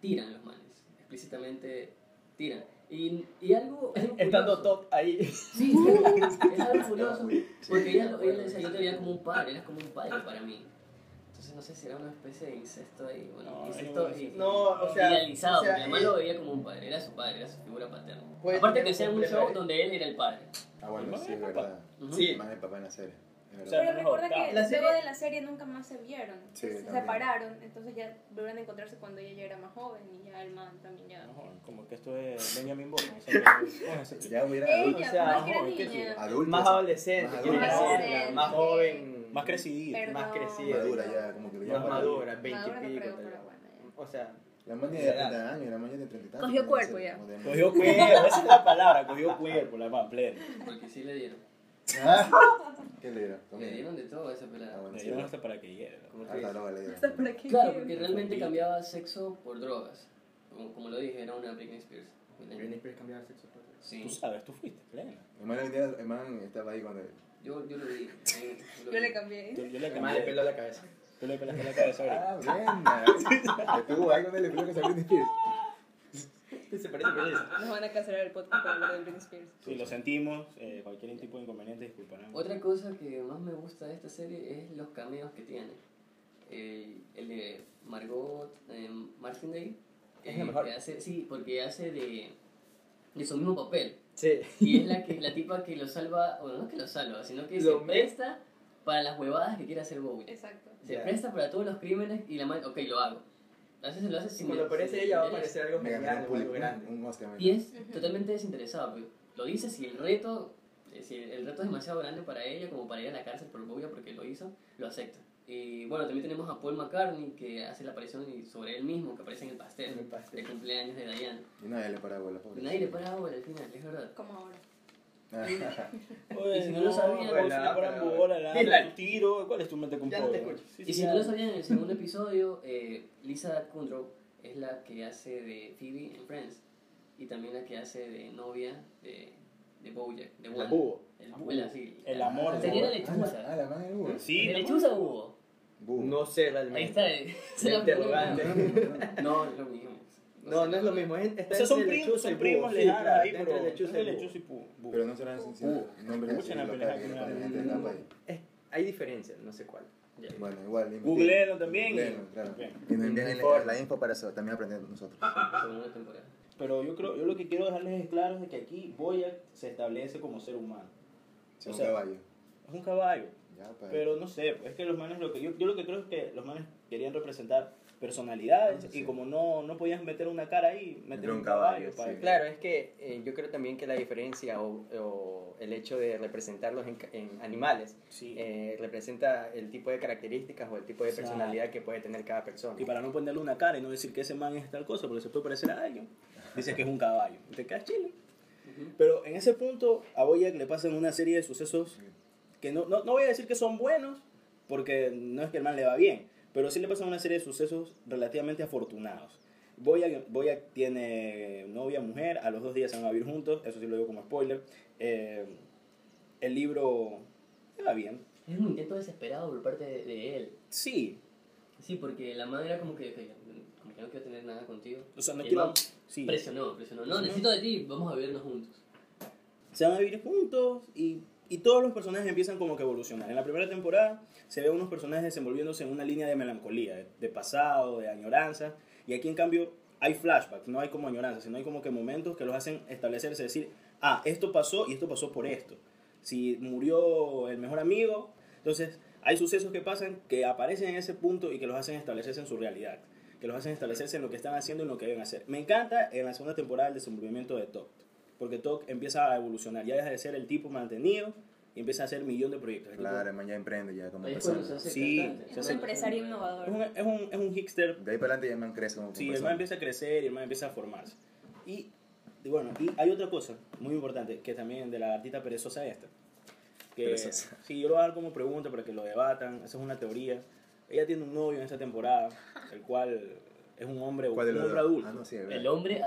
Speaker 1: tiran los manes, explícitamente tiran. Y, y algo... algo
Speaker 5: Estando
Speaker 1: curioso-
Speaker 5: top ahí.
Speaker 1: Sí, es algo curioso. Porque ella, ella decía, yo te veía como un padre, eras como un padre para mí. Entonces no sé si era una especie de incesto ahí, bueno,
Speaker 3: No,
Speaker 1: incesto
Speaker 3: no,
Speaker 1: y,
Speaker 5: no, o sea,
Speaker 1: idealizado,
Speaker 5: o sea, eh,
Speaker 1: porque además
Speaker 5: él-
Speaker 1: lo veía como un padre, era su padre, era su figura paterna.
Speaker 5: Puede
Speaker 1: Aparte
Speaker 5: tener
Speaker 1: que hacían
Speaker 5: un
Speaker 1: un show
Speaker 5: bebé.
Speaker 1: donde él era el padre.
Speaker 4: Ah, bueno,
Speaker 3: Mamá
Speaker 4: sí,
Speaker 3: y
Speaker 4: es
Speaker 3: papá.
Speaker 4: verdad.
Speaker 1: Ujú.
Speaker 5: Sí.
Speaker 4: Más de papá en la serie. Es verdad.
Speaker 3: O sea,
Speaker 2: Pero recuerda
Speaker 3: Claro.
Speaker 2: que
Speaker 5: La
Speaker 2: luego
Speaker 5: serie-
Speaker 2: de la serie nunca más se vieron.
Speaker 4: Sí,
Speaker 2: se
Speaker 4: también.
Speaker 2: separaron, entonces ya volvieron a encontrarse cuando ella ya era más joven y ya el man también ya.
Speaker 3: No, como que esto es Benjamin Button. o sea, eh, que- ¿cómo es ese?
Speaker 4: ya hubiera
Speaker 2: Ella, pues,
Speaker 4: adultos.
Speaker 5: o sea,
Speaker 2: más que
Speaker 3: joven, ¿qué
Speaker 2: era
Speaker 3: tiene?
Speaker 2: niña.
Speaker 4: adultos,
Speaker 5: Más adolescente,
Speaker 4: Más
Speaker 5: quiere
Speaker 4: adolescente.
Speaker 5: decir, más joven.
Speaker 3: Más crecido.
Speaker 2: Pero-
Speaker 5: Más crecida.
Speaker 4: Madura ya, como que ya
Speaker 5: Más
Speaker 4: para-
Speaker 5: madura, 20
Speaker 2: Madura no
Speaker 5: y pico.
Speaker 2: creo,
Speaker 5: tal vez.
Speaker 2: pero bueno. ya.
Speaker 5: O sea,
Speaker 4: La maña de
Speaker 5: Ya era.
Speaker 4: 30 años, la maña de 30 y tantos.
Speaker 2: Cogió
Speaker 4: ¿no?
Speaker 2: cuerpo
Speaker 4: Sí,
Speaker 2: ya.
Speaker 4: como de-
Speaker 3: Cogió cuerpo, esa es la palabra, cogió cuerpo, la más plena.
Speaker 1: Porque sí le dieron.
Speaker 4: Ah, ¿Qué le dieron?
Speaker 1: Le
Speaker 4: Comida.
Speaker 1: dieron de todo a esa
Speaker 4: Ah,
Speaker 1: pelada.
Speaker 4: bueno,
Speaker 3: Me
Speaker 4: sí.
Speaker 3: dieron hasta para que llegue. ¿no?
Speaker 1: Como tú
Speaker 4: Hasta
Speaker 1: dices.
Speaker 4: luego le
Speaker 2: ¿Hasta
Speaker 4: dieron.
Speaker 2: para qué?
Speaker 1: Claro, porque realmente
Speaker 3: Confundí.
Speaker 1: cambiaba sexo por drogas. Como, como lo dije, era una Britney Spears.
Speaker 5: Britney Spears cambiaba de sexo. por favor.
Speaker 1: Sí,
Speaker 3: Tú sabes, tú fuiste plena.
Speaker 4: El man, el día- el man estaba ahí cuando.
Speaker 1: yo, yo lo vi. Yo,
Speaker 2: Yo le cambié.
Speaker 3: Yo, yo le
Speaker 5: Además, le
Speaker 3: cambié,
Speaker 5: peló la cabeza.
Speaker 3: tú le pelaste la cabeza ahorita.
Speaker 4: Ah, Brenda. Estuvo ahí cuando le pidió que se abrió Spears.
Speaker 5: Se parece a Britney.
Speaker 2: Nos van a cancelar el podcast por hablar de Britney Spears.
Speaker 3: Sí, lo sentimos, eh, cualquier tipo de inconveniente, disculparán.
Speaker 1: Otra cosa que más me gusta de esta serie es los cameos que tiene. El, el de Margot eh, Martindale.
Speaker 5: Es
Speaker 1: eh,
Speaker 5: la mejor.
Speaker 1: que hace, sí, porque hace de, de su mismo papel.
Speaker 5: Sí.
Speaker 1: Y es la, que, la tipa que lo salva, bueno, no es que lo salva, sino que
Speaker 5: Lo
Speaker 1: se
Speaker 5: me-
Speaker 1: presta para las huevadas que quiere hacer Bowie.
Speaker 2: Exacto.
Speaker 1: Se
Speaker 5: Ya.
Speaker 1: presta para todos los crímenes y la man, ok, lo hago. A veces lo hace sin
Speaker 5: Cuando
Speaker 1: sin
Speaker 5: aparece ella va a
Speaker 1: interés.
Speaker 5: aparecer algo
Speaker 4: Me
Speaker 5: muy
Speaker 4: ganó
Speaker 5: grande,
Speaker 4: un
Speaker 5: o algo
Speaker 4: público.
Speaker 5: grande.
Speaker 4: Un Oscar. me
Speaker 1: Y es
Speaker 2: Ujú.
Speaker 1: totalmente desinteresado. pues. Lo dice si el reto, eh, si el reto es demasiado grande para ella como para ir a la cárcel por bobia porque lo hizo, lo acepta. Y bueno, también tenemos a Paul McCartney que hace la aparición y sobre él mismo que aparece en el
Speaker 5: En el
Speaker 1: pastel
Speaker 5: pastel.
Speaker 1: de cumpleaños de Diane.
Speaker 4: ganó. Y nadie le paraba bola, pobre. Ah.
Speaker 1: Nadie le para bola al final, es verdad.
Speaker 2: Como ahora.
Speaker 3: Oye,
Speaker 1: Y si no lo sabían,
Speaker 3: güey,
Speaker 5: pues,
Speaker 3: si
Speaker 5: nada,
Speaker 3: le paran
Speaker 5: pero-
Speaker 3: bola, le dan
Speaker 5: Dile.
Speaker 3: un tiro, ¿cuál es tu mente con
Speaker 5: Ya no te
Speaker 3: polvo?
Speaker 5: escucho.
Speaker 3: Sí,
Speaker 1: Y
Speaker 3: sí,
Speaker 1: si no
Speaker 3: ya.
Speaker 1: lo sabían, en el segundo episodio, eh, Lisa Kudrow es la que hace de Phoebe en Friends y también la que hace de novia de, de Bojack, de Wanda.
Speaker 5: búho.
Speaker 1: El búho, el así.
Speaker 3: El amor.
Speaker 1: Tenía
Speaker 3: ¿no?
Speaker 1: la lechuza.
Speaker 4: Ah, la man era Hugo.
Speaker 3: Sí,
Speaker 1: ¿De lechuza hubo?
Speaker 4: Boo.
Speaker 5: No sé
Speaker 1: Uh. Ahí
Speaker 5: realmente.
Speaker 1: está. eh, se
Speaker 5: La
Speaker 1: la
Speaker 3: este
Speaker 5: interrogante.
Speaker 1: pregunta. No, es lo mismo.
Speaker 5: No,
Speaker 1: sé.
Speaker 5: no es lo mismo. es- Está
Speaker 3: O sea, son,
Speaker 5: entre
Speaker 3: prim-
Speaker 5: lechuza y
Speaker 3: son
Speaker 5: búho.
Speaker 3: primos
Speaker 5: Sí,
Speaker 3: lejanos
Speaker 5: claro,
Speaker 3: ahí,
Speaker 5: está
Speaker 3: pero
Speaker 5: entre lechuza y búho.
Speaker 3: lechuza y pu- búho.
Speaker 4: Pero no serán sencillos nombres
Speaker 3: Mucha
Speaker 4: así
Speaker 3: la
Speaker 4: locales
Speaker 3: pelea
Speaker 4: que
Speaker 3: que
Speaker 4: para la
Speaker 3: me-
Speaker 4: gente de Napa ahí.
Speaker 5: Es- Hay diferencias, no sé cuál.
Speaker 4: Bueno, igual. investiga.
Speaker 3: Googleenlo también.
Speaker 4: Googleenlo, claro.
Speaker 3: Bien. Ah,
Speaker 4: Y nos envían el- la info para eso, también aprender nosotros.
Speaker 1: Segunda temporada.
Speaker 3: Pero yo creo, yo lo que quiero dejarles es claro es de que aquí Boyack se establece como ser humano.
Speaker 4: Sí,
Speaker 3: O
Speaker 4: un
Speaker 3: sea,
Speaker 4: caballo.
Speaker 3: Es un caballo.
Speaker 4: Ya, pues.
Speaker 3: Pero no sé, es que los manes lo que yo, yo lo que creo es que los manes querían representar personalidades
Speaker 4: Ah, Sí.
Speaker 3: y como no, no podías meter una cara ahí, meter
Speaker 4: Metieron
Speaker 3: un caballo,
Speaker 4: caballo,
Speaker 3: para
Speaker 4: sí.
Speaker 5: Claro, es que eh, yo creo también que la diferencia o, o el hecho de representarlos en, ca- en animales
Speaker 3: Sí.
Speaker 5: eh, representa el tipo de características o el tipo de
Speaker 3: Claro.
Speaker 5: personalidad que puede tener cada persona.
Speaker 3: Y para no ponerle una cara y no decir que ese man es tal cosa, porque se puede parecer a alguien, dices que es un caballo. Y te quedas chile.
Speaker 1: Ujú.
Speaker 3: Pero en ese punto a Boyack le pasan una serie de sucesos que no, no, no voy a decir que son buenos, porque no es que el man le va bien, pero sí le pasan una serie de sucesos relativamente afortunados. Boya, Boya tiene novia, mujer, a los dos días se van a vivir juntos, eso sí lo digo como spoiler. Eh, el libro le va bien.
Speaker 1: Es un intento desesperado por parte de, de él.
Speaker 3: Sí,
Speaker 1: Sí, porque la madre era como que, que- como que no quiero tener nada contigo.
Speaker 3: o sea, no
Speaker 1: Y el
Speaker 3: quiero...
Speaker 1: man
Speaker 3: Sí.
Speaker 1: Presionó, presionó. No,
Speaker 3: Ujú.
Speaker 1: necesito de ti, vamos a vivirnos juntos.
Speaker 3: se van a vivir juntos y, y todos los personajes empiezan como que a evolucionar. En la primera temporada se ve a unos personajes desenvolviéndose en una línea de melancolía, de, de pasado, de añoranza, y aquí en cambio hay flashbacks, no hay como añoranza, sino hay como que momentos que los hacen establecerse, decir, ah, esto pasó y esto pasó por esto. Si murió el mejor amigo, entonces hay sucesos que pasan que aparecen en ese punto y que los hacen establecerse en su realidad, que los hacen establecerse en lo que están haciendo y en lo que deben hacer. Me encanta en la segunda temporada el desenvolvimiento de Top porque Tok empieza a evolucionar, ya deja de ser el tipo mantenido y empieza a hacer millón de proyectos. El tipo-
Speaker 4: Claro, el man ya emprende ya como
Speaker 1: Ahí es cuando se
Speaker 4: persona.
Speaker 1: hace
Speaker 3: Sí,
Speaker 1: cantante.
Speaker 3: se
Speaker 2: Es un
Speaker 3: hace-
Speaker 2: empresario innovador.
Speaker 3: Es un, es un, es un hipster,
Speaker 4: De ahí para adelante ya el man crece como como
Speaker 3: sí, el
Speaker 4: persona.
Speaker 3: man empieza a crecer y el man empieza a formarse. Y, y bueno, y hay otra cosa muy importante, que también de la gatita perezosa esta. Que,
Speaker 4: Perezosa.
Speaker 3: Sí, yo lo voy a dar como pregunta para que lo debatan, esa es una teoría. Ella tiene un novio en esta temporada, el cual es un hombre, un
Speaker 4: ¿Cuál de
Speaker 3: hombre
Speaker 4: los dos?
Speaker 3: adulto.
Speaker 4: Ah, no, sí,
Speaker 1: El
Speaker 4: ¿verdad?
Speaker 1: hombre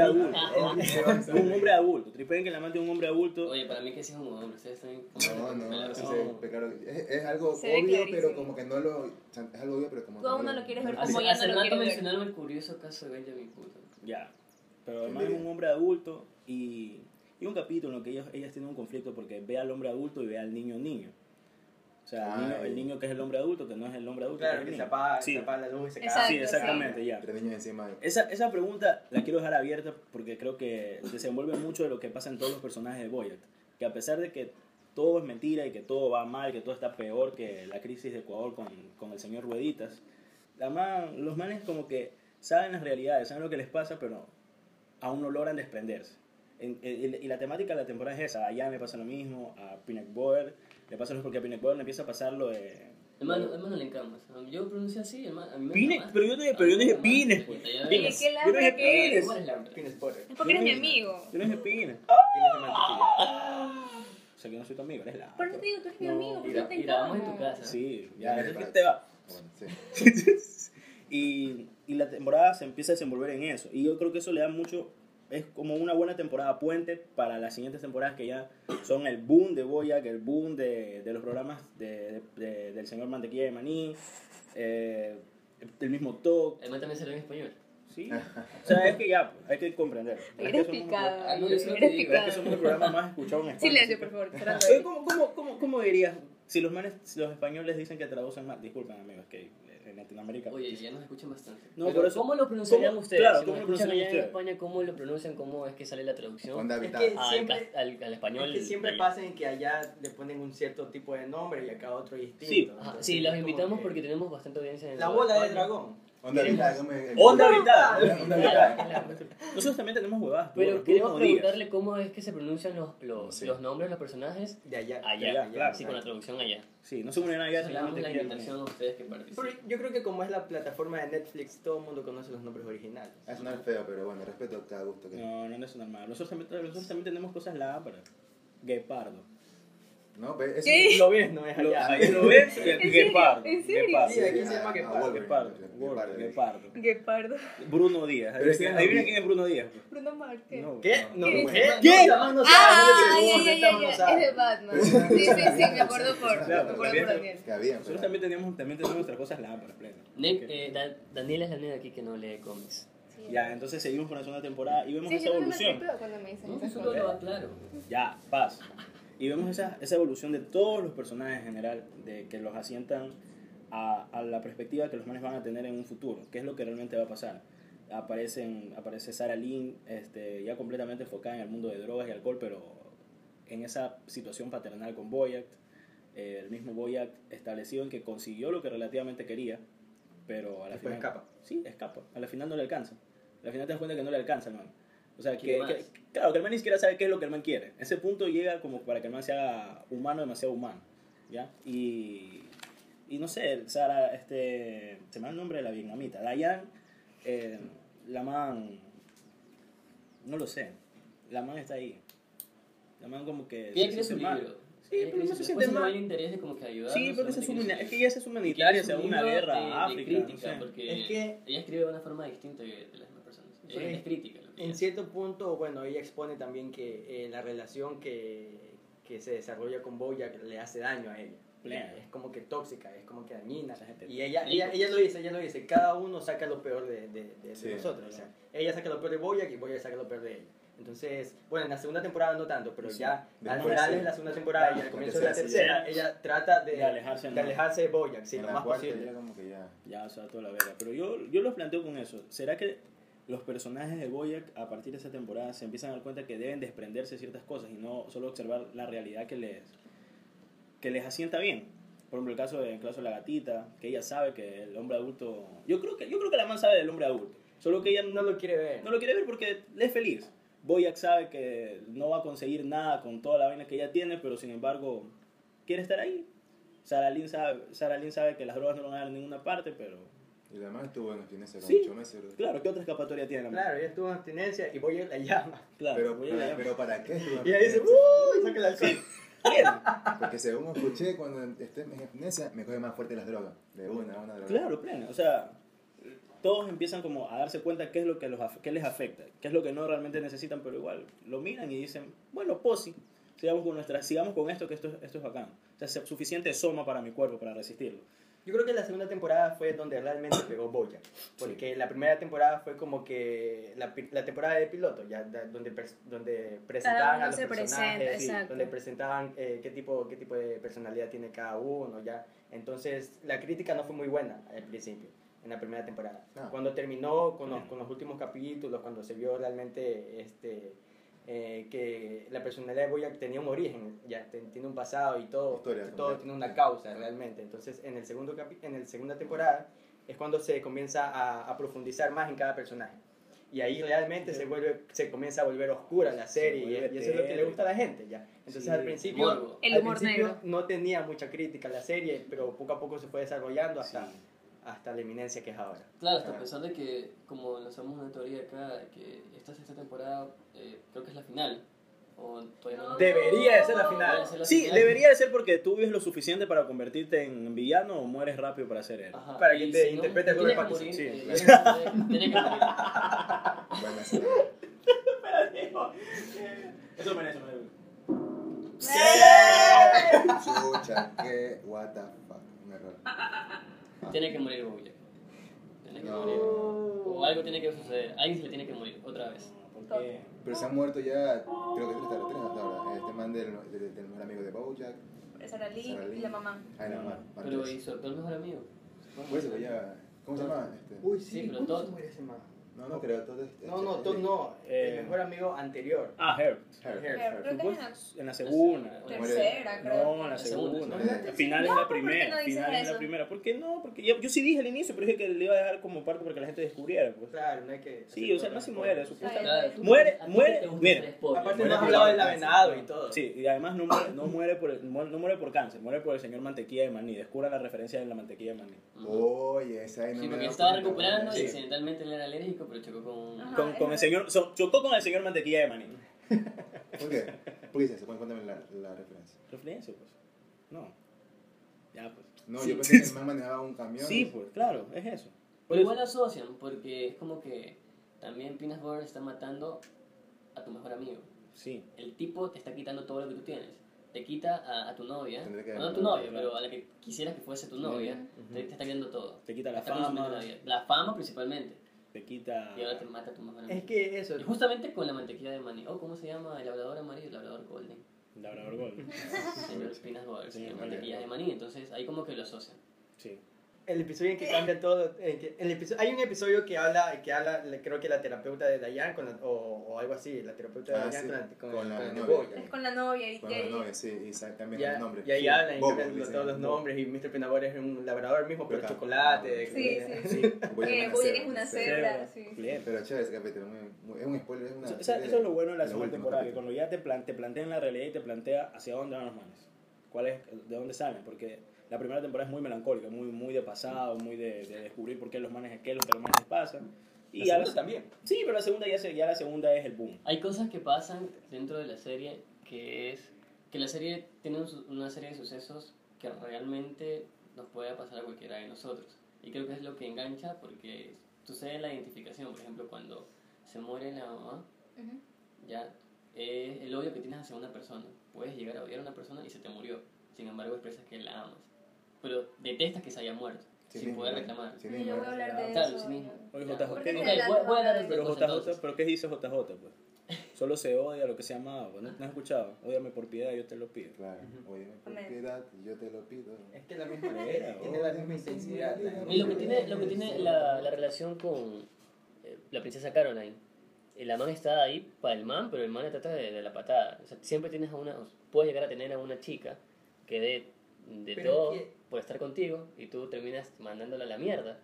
Speaker 1: adulto. Ah, oh.
Speaker 3: Es un hombre adulto.
Speaker 5: Es
Speaker 3: Es un hombre adulto. Tripen que la mante un hombre adulto.
Speaker 1: Oye, para mí que sí es un hombre. Ustedes saben
Speaker 4: No, no, sí,
Speaker 3: No.
Speaker 4: se ve pecado. Es, es algo
Speaker 2: Se ve
Speaker 4: obvio, pero
Speaker 2: clarísimo.
Speaker 4: como que no lo. o sea, Es algo obvio, pero como.
Speaker 2: Tú aún
Speaker 4: que
Speaker 2: no lo quieres ver
Speaker 4: Así-
Speaker 2: como
Speaker 1: Hace,
Speaker 2: ya no
Speaker 1: hace
Speaker 2: lo
Speaker 1: rato
Speaker 2: quiero ver.
Speaker 1: mencionaron el curioso caso de Benjamin Button.
Speaker 3: Ya. Pero
Speaker 4: Qué
Speaker 3: además es un
Speaker 4: envidia.
Speaker 3: hombre adulto y, y un capítulo en el que ellas, ellas tienen un conflicto porque ve al hombre adulto y ve al niño niño. O sea, el niño,
Speaker 4: Ay.
Speaker 3: el niño que es el hombre adulto, que no es el hombre adulto.
Speaker 5: Claro,
Speaker 3: que es el
Speaker 5: que se
Speaker 3: niño.
Speaker 5: apaga,
Speaker 3: Sí,
Speaker 5: se apaga la luz y se
Speaker 2: Exacto,
Speaker 5: cae.
Speaker 3: sí, exactamente, ya.
Speaker 4: Tres niños encima. de-
Speaker 3: Esa, esa pregunta la quiero dejar abierta porque creo que desenvuelve mucho de lo que pasa en todos los personajes de Boyat. Que a pesar de que todo es mentira y que todo va mal, que todo está peor que la crisis de Ecuador con, con el señor Rueditas, la man- los manes como que saben las realidades, saben lo que les pasa, pero aún no logran desprenderse. En- en- y la temática de la temporada es esa. A Jan le pasa lo mismo, a Peanut Butter le pasa lo mismo porque a Peanut Butter le empieza a pasar lo de...
Speaker 1: El man, el man no le encanta. Yo pronuncié así, el man, a mí me
Speaker 3: Pines,
Speaker 1: encanta.
Speaker 3: pero yo no dije- pero yo no dije
Speaker 1: A mí me encanta.
Speaker 3: pines, pues.
Speaker 1: Ya, ya,
Speaker 3: Pines.
Speaker 2: qué
Speaker 3: Yo no dije
Speaker 2: larga que
Speaker 1: ya.
Speaker 3: pines.
Speaker 1: ¿Cuál es el hambre?
Speaker 5: Tienes poder.
Speaker 2: Es porque eres mi amigo.
Speaker 3: Yo no dije Pines.
Speaker 5: Tienes de mantequilla.
Speaker 3: O sea, que no soy tu amigo, eres la...
Speaker 2: Por eso te digo, tú eres mi
Speaker 3: No,
Speaker 2: amigo, porque
Speaker 1: Y gra-
Speaker 2: yo te
Speaker 1: y grabamos en tu
Speaker 2: amo.
Speaker 1: casa.
Speaker 3: Sí, ya,
Speaker 4: Mira,
Speaker 3: es que
Speaker 4: para-
Speaker 3: te va.
Speaker 4: Bueno, sí.
Speaker 3: Y, y la temporada se empieza a desenvolver en eso. Y yo creo que eso le da mucho, es como una buena temporada puente para las siguientes temporadas que ya son el boom de Boyac, el boom de, de los programas de, de- del señor Mantequilla de Maní, eh, el mismo Talk.
Speaker 1: El man también salió en español.
Speaker 3: Sí. O sea, es que ya, pues, hay que comprender. Es que
Speaker 2: Eres
Speaker 3: somos-
Speaker 2: picado.
Speaker 1: Ah, no, yo solo te
Speaker 2: Eres
Speaker 1: digo,
Speaker 3: Es que
Speaker 2: picado.
Speaker 3: somos el programa más escuchado en España. así
Speaker 2: Silencio,
Speaker 3: que-
Speaker 2: por favor. cerrando
Speaker 3: Oye,
Speaker 2: ahí.
Speaker 3: ¿Cómo, cómo, cómo, cómo dirías? Si los, manes, si los españoles dicen que traducen mal, disculpen amigos, que en Latinoamérica...
Speaker 1: Oye, ya nos escuchan bastante.
Speaker 3: No,
Speaker 1: Pero,
Speaker 3: por eso-
Speaker 1: ¿Cómo lo pronunciarían
Speaker 3: ¿Cómo?
Speaker 1: ustedes?
Speaker 3: Claro,
Speaker 1: si
Speaker 3: ¿cómo
Speaker 1: nos
Speaker 3: lo
Speaker 1: escuchan allá
Speaker 3: pronunciarían
Speaker 1: en
Speaker 3: ustedes?
Speaker 1: España, ¿cómo lo pronuncian? ¿Cómo es que sale la traducción?
Speaker 4: Con David
Speaker 5: Es que
Speaker 1: al,
Speaker 5: siempre,
Speaker 1: cas- al, al español.
Speaker 5: es que siempre
Speaker 1: de allá.
Speaker 5: pasa en que allá le ponen un cierto tipo de nombre y acá otro distinto.
Speaker 3: Sí.
Speaker 1: Ajá,
Speaker 5: Entonces,
Speaker 1: sí, los
Speaker 5: es como
Speaker 1: invitamos
Speaker 5: que-
Speaker 1: porque tenemos bastante audiencia en
Speaker 5: La
Speaker 1: toda
Speaker 5: bola de
Speaker 1: España.
Speaker 5: dragón.
Speaker 4: Onda
Speaker 1: Queremos-
Speaker 4: vital, dame el-
Speaker 3: ¡Onda vital!
Speaker 4: Onda- onda vital.
Speaker 3: Nosotros también tenemos huevadas.
Speaker 1: Pero
Speaker 3: burras,
Speaker 1: queremos
Speaker 3: burros, días.
Speaker 1: preguntarle cómo es que se pronuncian los, los,
Speaker 4: Sí.
Speaker 1: los nombres de los personajes
Speaker 5: De allá.
Speaker 1: allá.
Speaker 3: Allá, claro,
Speaker 1: sí, con la traducción allá.
Speaker 3: Sí, no se ponen allá.
Speaker 1: Entonces, le damos la invitación a ustedes que
Speaker 5: Pero
Speaker 1: participen.
Speaker 5: yo creo que como es la plataforma de Netflix, todo el mundo conoce los nombres originales.
Speaker 4: Va a sonar feo, pero bueno, respeto cada gusto que.
Speaker 3: No, no, no es normal. Nosotros también, nosotros también tenemos cosas lámparas. Guepardo.
Speaker 4: No, pero es.
Speaker 2: ¿Qué?
Speaker 5: Lo ves, no es
Speaker 3: Lo,
Speaker 5: allá.
Speaker 3: ahí lo ves.
Speaker 2: serio?
Speaker 3: Guepardo.
Speaker 2: ¿En serio?
Speaker 3: Guepardo.
Speaker 5: Sí, aquí
Speaker 4: Ah,
Speaker 5: se llama
Speaker 4: ah,
Speaker 5: Guepardo,
Speaker 4: Wolverine,
Speaker 3: Guepardo.
Speaker 4: Wolverine,
Speaker 3: Guepardo.
Speaker 4: Wolverine.
Speaker 3: Guepardo.
Speaker 2: Guepardo.
Speaker 3: Bruno Díaz. Ahí
Speaker 4: Pero es que-
Speaker 3: viene- ahí viene quién es Bruno Díaz.
Speaker 2: Bruno Marte.
Speaker 3: No,
Speaker 5: ¿Qué?
Speaker 4: No,
Speaker 5: No,
Speaker 2: ¿Qué?
Speaker 5: ¿Qué?
Speaker 3: ¿Qué?
Speaker 5: Esta mano sabe,
Speaker 2: Ah,
Speaker 5: esta
Speaker 2: ya,
Speaker 5: mano
Speaker 2: ya, ya, ya.
Speaker 5: sabe.
Speaker 2: Es de Batman. Sí, sí, sí, me acuerdo por, me
Speaker 3: Claro,
Speaker 2: acuerdo
Speaker 3: también-
Speaker 2: por Daniel.
Speaker 4: Que había,
Speaker 3: Nosotros
Speaker 4: pero.
Speaker 3: también tenemos, también tenemos nuestras cosas lámparas, plena.
Speaker 1: Ne-
Speaker 3: Ok.
Speaker 1: eh, Da- Daniela es la nena aquí que no lee cómics.
Speaker 2: Sí.
Speaker 3: Ya, entonces seguimos con la segunda temporada y vemos
Speaker 2: Sí,
Speaker 3: esa
Speaker 2: yo no me
Speaker 3: evolución.
Speaker 2: tripeo cuando me dicen
Speaker 1: No,
Speaker 2: esas
Speaker 1: eso
Speaker 2: cosas.
Speaker 1: lo aclaro.
Speaker 3: Ya, paz. Y vemos esa, esa evolución de todos los personajes en general, de que los asientan a, a la perspectiva que los manes van a tener en un futuro, qué es lo que realmente va a pasar. Aparecen, aparece Sarah Lynn, este, ya completamente enfocada en el mundo de drogas y alcohol, pero en esa situación paternal con Boyack. Eh, el mismo Boyack establecido en que consiguió lo que relativamente quería, pero a la
Speaker 5: Después
Speaker 3: final...
Speaker 5: escapa.
Speaker 3: Sí, escapa. A la final no le alcanza. A la final te das cuenta que no le alcanza, hermano. O sea, que,
Speaker 1: Quiere más.
Speaker 3: que- claro, que el man ni siquiera sabe qué es lo que el man quiere. Ese punto llega como para que el man sea humano, demasiado humano. ¿Ya? Y, y no sé, Sara, este, se me da el nombre de la vietnamita. Dayan, eh, la man, no lo sé. La man está ahí. La man como
Speaker 1: Ella
Speaker 3: que... se
Speaker 1: quiere
Speaker 3: siente
Speaker 1: su
Speaker 3: mal.
Speaker 1: libro.
Speaker 3: Sí, pero no se siente
Speaker 1: No hay
Speaker 3: mal.
Speaker 1: interés de como que ayudar.
Speaker 3: Sí, porque se suma- es que ella es humanitaria, se va a una guerra a África. no
Speaker 1: crítica,
Speaker 3: sé.
Speaker 1: porque
Speaker 5: Es que-
Speaker 1: ella escribe de una forma distinta que de las demás personas.
Speaker 5: Sí.
Speaker 1: Es, es crítica lo que
Speaker 5: En
Speaker 1: ella
Speaker 5: cierto punto, bueno, ella expone también que eh, la relación que, que se desarrolla con Bojack le hace daño a ella.
Speaker 3: Claro.
Speaker 5: Es como que tóxica, es como que dañina.
Speaker 3: Esa gente-
Speaker 5: Y ella, ella, ella lo dice, ella lo dice, cada uno saca lo peor de, de, de- de
Speaker 4: Sí,
Speaker 5: nosotros. o sea, ella saca lo peor de Bojack y Bojack saca lo peor de ella. Entonces, bueno, en la segunda temporada no tanto, pero
Speaker 3: Sí.
Speaker 5: ya al
Speaker 4: Después,
Speaker 5: final
Speaker 4: sí.
Speaker 5: de la segunda temporada y al comienzo de la
Speaker 4: sea así,
Speaker 5: tercera, ella trata de,
Speaker 3: De alejarse,
Speaker 5: de,
Speaker 3: ¿no?
Speaker 5: alejarse de Bojack, sí,
Speaker 4: en
Speaker 5: lo
Speaker 4: la
Speaker 5: más
Speaker 4: cuarta
Speaker 5: posible.
Speaker 4: ya como que ya.
Speaker 3: Ya, o sea, toda la verga. Pero yo, yo lo planteo con eso. ¿Será que los personajes de Boyac a partir de esa temporada se empiezan a dar cuenta que deben desprenderse de ciertas cosas y no solo observar la realidad que les, que les asienta bien? Por ejemplo, el caso de, el caso de la gatita, que ella sabe que el hombre adulto... Yo creo que, yo creo que la man sabe del hombre adulto. Solo que ella
Speaker 5: No lo quiere ver.
Speaker 3: no lo quiere ver porque es feliz. Boyac sabe que no va a conseguir nada con toda la vaina que ella tiene, pero sin embargo quiere estar ahí. Sara Lynn sabe, Sarah Lynn sabe que las drogas no lo van a dar en ninguna parte, pero
Speaker 4: Y además estuvo en los fines de
Speaker 3: Sí.
Speaker 4: ocho meses. ¿verdad?
Speaker 3: claro, ¿qué otra escapatoria tiene? la mujer?
Speaker 5: Claro, ella estuvo en abstinencia y Bojack la llama.
Speaker 3: claro.
Speaker 4: Pero,
Speaker 3: Bojack la
Speaker 4: pero,
Speaker 3: llama.
Speaker 4: pero ¿para qué?
Speaker 5: Y ella dice, ¡Uy! Saca el alcohol.
Speaker 4: Porque según escuché, cuando esté en abstinencia, me coge más fuerte las drogas. De una a una droga.
Speaker 3: Claro, plena. O sea, todos empiezan como a darse cuenta qué es lo que los af- qué les afecta, qué es lo que no realmente necesitan, pero igual lo miran y dicen, bueno, posi, sigamos con nuestra, sigamos con esto que esto, es- esto es bacán. O sea, se- suficiente soma para mi cuerpo para resistirlo.
Speaker 5: Yo creo que la segunda temporada fue donde realmente pegó Boya. Porque la primera temporada fue como que la, pi- la temporada de piloto, ya da- donde, pres- donde presentaban
Speaker 2: uno
Speaker 5: a los
Speaker 2: se presenta,
Speaker 5: personajes,
Speaker 2: exacto.
Speaker 5: donde presentaban eh, qué, tipo, qué tipo de personalidad tiene cada uno, ya. Entonces, la crítica no fue muy buena al principio, en la primera temporada.
Speaker 4: Ah.
Speaker 5: Cuando terminó con los,
Speaker 3: Mm.
Speaker 5: con los últimos capítulos, cuando se vio realmente este, eh, que la personalidad de Boya tenía un origen, ya, ten- tiene un pasado y todo,
Speaker 4: Historia
Speaker 5: todo
Speaker 4: completa.
Speaker 5: tiene una causa realmente. Entonces, en el segundo capi- en el segunda temporada es cuando se comienza a, a profundizar más en cada personaje. Y ahí realmente se vuelve se comienza a volver oscura la
Speaker 3: Se
Speaker 5: serie y,
Speaker 3: vuelve
Speaker 5: y eso es lo que le
Speaker 3: tele.
Speaker 5: gusta a la gente, ya. Entonces,
Speaker 3: Sí,
Speaker 5: al
Speaker 1: morbo.
Speaker 5: principio,
Speaker 2: El
Speaker 5: al
Speaker 2: humor
Speaker 5: principio
Speaker 2: negro.
Speaker 5: no tenía mucha crítica la serie, pero poco a poco se fue desarrollando hasta
Speaker 3: Sí.
Speaker 5: hasta la eminencia que es ahora.
Speaker 1: Claro, hasta
Speaker 4: Ah.
Speaker 1: a pesar de que, como lanzamos una teoría acá, que esta sexta temporada eh, creo que es la final. O todavía no.
Speaker 5: Debería de ser la
Speaker 1: Debería
Speaker 5: final.
Speaker 1: ser la
Speaker 3: Sí,
Speaker 1: final.
Speaker 3: debería de ser porque tú vives lo suficiente para convertirte en villano o mueres rápido para ser héroe.
Speaker 1: Ajá,
Speaker 5: Para
Speaker 1: y
Speaker 5: que te
Speaker 1: si no,
Speaker 5: interprete
Speaker 1: tiene
Speaker 5: Robert
Speaker 1: que morir,
Speaker 3: Pattinson,
Speaker 1: eh,
Speaker 3: sí,
Speaker 1: tiene que morir, tiene que morir.
Speaker 4: Bueno, así.
Speaker 3: Eso merece, merece.
Speaker 4: Chucha, qué what the fuck. Un error.
Speaker 1: Tiene que morir Bojack. Tiene que
Speaker 4: No.
Speaker 1: morir.
Speaker 2: Oh.
Speaker 1: O algo tiene que suceder. Alguien se le tiene que morir otra vez.
Speaker 3: ¿Por qué?
Speaker 4: Pero se han muerto ya, creo que tres hasta tres hasta ahora. Este man del, del, del mejor amigo de Bojack.
Speaker 2: Sara Lee
Speaker 4: Sarah Lee.
Speaker 2: y la mamá.
Speaker 4: Ay, no, más.
Speaker 1: Pero y su actual mejor amigo.
Speaker 4: Por
Speaker 3: pues,
Speaker 4: eso que ya. ¿Cómo se llama? Este?
Speaker 5: Uy,
Speaker 1: sí, Sí, pero ¿cómo todo- se
Speaker 4: No, no creo. Todo este, es-
Speaker 5: No, no,
Speaker 4: es-
Speaker 5: Todd no,
Speaker 3: Eh.
Speaker 5: el mejor amigo anterior.
Speaker 3: Ah, Herb.
Speaker 4: Her,
Speaker 5: Her.
Speaker 4: her.
Speaker 2: Creo que es la
Speaker 3: En la segunda.
Speaker 1: Muere.
Speaker 2: tercera, creo.
Speaker 3: No, en la
Speaker 1: La segunda,
Speaker 3: segunda.
Speaker 4: ¿no?
Speaker 3: Al Final es
Speaker 2: No,
Speaker 3: la
Speaker 2: ¿por qué no
Speaker 3: primera.
Speaker 2: dices
Speaker 3: Final es la
Speaker 2: eso?
Speaker 3: primera. ¿Por qué no? Porque yo, yo sí dije al inicio, pero dije que le iba a dejar como parte para que la gente descubriera. pues.
Speaker 5: Claro, no hay que
Speaker 3: Sí, o sea, no se muere, supuestamente.
Speaker 1: Claro, tú-
Speaker 3: Muere,
Speaker 1: a ti
Speaker 3: muere,
Speaker 1: te gusta
Speaker 3: mira.
Speaker 1: ser spoiler.
Speaker 5: Aparte
Speaker 4: Muere
Speaker 5: no has
Speaker 4: por
Speaker 5: hablado del
Speaker 4: cáncer.
Speaker 5: avenado y todo.
Speaker 3: Sí, y además no muere, no muere, por, el, mu- no muere por cáncer, muere por el señor Mantequilla de Maní. Descubra la referencia de la Mantequilla de Maní.
Speaker 4: Oye, esa ahí Oh, no
Speaker 1: Sí,
Speaker 4: me
Speaker 1: porque
Speaker 4: he dado
Speaker 1: estaba
Speaker 4: cuenta.
Speaker 1: recuperando y
Speaker 4: Sí.
Speaker 1: accidentalmente le era alérgico, pero chocó con.
Speaker 2: Ajá.
Speaker 3: Con, con el señor, so- chocó con el señor Mantequilla de Maní.
Speaker 4: ¿Por qué? ¿Por qué dices eso? Cuéntame la, la referencia.
Speaker 3: Referencia, pues. No. Ya, pues.
Speaker 4: No,
Speaker 3: Sí.
Speaker 4: yo pensé que el man manejaba un camión.
Speaker 3: Sí, pues, claro, es eso. Por
Speaker 1: Pero igual
Speaker 3: eso.
Speaker 1: lo asocian, porque es como que también Pinas Born está matando a tu mejor amigo.
Speaker 3: Sí.
Speaker 1: El tipo te está quitando todo lo que tú tienes. Te quita a, a tu novia,
Speaker 4: Tendría que-
Speaker 1: o no a tu
Speaker 4: claro.
Speaker 1: novia, pero a la que quisieras que fuese tu novia, te, te está quitando todo.
Speaker 3: Te quita la
Speaker 1: Está consumiendo
Speaker 3: fama, Ah.
Speaker 1: la vida. La fama principalmente.
Speaker 3: te quita.
Speaker 1: Y ahora te mata a tu mejor amigo.
Speaker 5: Es que eso,
Speaker 1: Y justamente con la mantequilla de maní. Oh, ¿cómo se llama? El hablador amarillo, el hablador golden.
Speaker 3: Labrador Gold.
Speaker 1: Señor Pinas Born,
Speaker 3: Señor
Speaker 1: señor
Speaker 3: Pinas
Speaker 1: mantequilla
Speaker 4: Born.
Speaker 1: de maní. Entonces ahí como que lo asocian.
Speaker 3: Sí.
Speaker 5: el episodio en que cambia todo, en que- el episodio, hay un episodio que habla, que habla, le- creo que la terapeuta de Dayan con la- o, o algo así, la terapeuta de
Speaker 4: Ah,
Speaker 5: Dayan
Speaker 4: sí,
Speaker 5: con la, con,
Speaker 4: con la
Speaker 5: con la
Speaker 4: novia.
Speaker 5: cebolla.
Speaker 2: Es con la novia y
Speaker 4: Bueno,
Speaker 2: que-
Speaker 4: no, sí, y sa- también
Speaker 5: Y a-
Speaker 4: el nombre.
Speaker 5: y ahí
Speaker 4: Sí,
Speaker 5: hablan y
Speaker 4: Bobo,
Speaker 5: cambian
Speaker 4: le
Speaker 5: los-
Speaker 4: dicen,
Speaker 5: todos los
Speaker 4: Bobo.
Speaker 5: nombres y Mr. Pinabor es un labrador mismo, pero
Speaker 4: Acá.
Speaker 5: chocolate.
Speaker 2: Sí,
Speaker 5: que-
Speaker 2: sí, sí.
Speaker 4: Voy a
Speaker 2: Que
Speaker 4: llamar a
Speaker 2: Bojack
Speaker 4: Zebra.
Speaker 2: es una
Speaker 4: Sí.
Speaker 2: cebra. Era, sí.
Speaker 3: Bien.
Speaker 4: Pero chévere ese capítulo, muy, muy- es un spoiler, es una...
Speaker 3: Eso,
Speaker 4: serie
Speaker 3: esa- eso es lo bueno de la
Speaker 4: de los
Speaker 3: segunda
Speaker 4: últimos
Speaker 3: temporada, que
Speaker 4: capítulos.
Speaker 3: cuando ya te, plan- te plantean la realidad y te plantea hacia dónde van los manes, cuál es, de dónde salen, porque la primera temporada es muy melancólica, muy, muy de pasado, muy de, de descubrir por qué los manes aquel, lo que los manes pasan. Y
Speaker 5: La
Speaker 3: a la-
Speaker 5: segunda también.
Speaker 3: Sí, pero la segunda ya, se- ya la segunda es el boom.
Speaker 1: Hay cosas que pasan dentro de la serie que es que que la serie tiene un su- una serie de sucesos que realmente nos puede pasar a cualquiera de nosotros. Y creo que es lo que engancha porque sucede la identificación. Por ejemplo, cuando se muere la mamá,
Speaker 2: Ujú.
Speaker 1: ya es el odio que tienes hacia una persona. Puedes llegar a odiar a una persona y se te murió. Sin embargo, expresas que la amas. Pero detestas que se haya muerto, sin
Speaker 4: mismo,
Speaker 1: poder reclamar.
Speaker 4: sí
Speaker 2: Yo
Speaker 4: mismo.
Speaker 2: voy a hablar de
Speaker 1: Claro,
Speaker 2: eso.
Speaker 1: sí mismo.
Speaker 3: Oye,
Speaker 1: Ya.
Speaker 3: JJ,
Speaker 2: ¿Por
Speaker 3: ¿qué
Speaker 2: qué
Speaker 3: no?
Speaker 1: Ok, voy- voy a hablar de
Speaker 2: Pero
Speaker 1: otra cosa,
Speaker 3: Pero
Speaker 1: entonces.
Speaker 3: JJ, ¿pero qué dice JJ? Pues? Solo se odia lo que se ama, pues, no, no has escuchado. Ódiame por piedad, yo te lo pido.
Speaker 4: Claro,
Speaker 5: Ujú.
Speaker 4: oye, por
Speaker 2: Amén.
Speaker 4: piedad, yo te lo pido.
Speaker 5: Es que la misma
Speaker 3: Era,
Speaker 5: tiene la misma intensidad. la misma-
Speaker 1: Y lo que tiene, lo que tiene la, la relación con eh, la princesa Caroline. Eh, La man está ahí para el man, pero el man la trata de, de la patada. O sea, siempre tienes a una. Puedes llegar a tener a una chica que dé de
Speaker 5: Pero
Speaker 1: todo
Speaker 5: que-
Speaker 1: por estar contigo y tú terminas mandándola a la mierda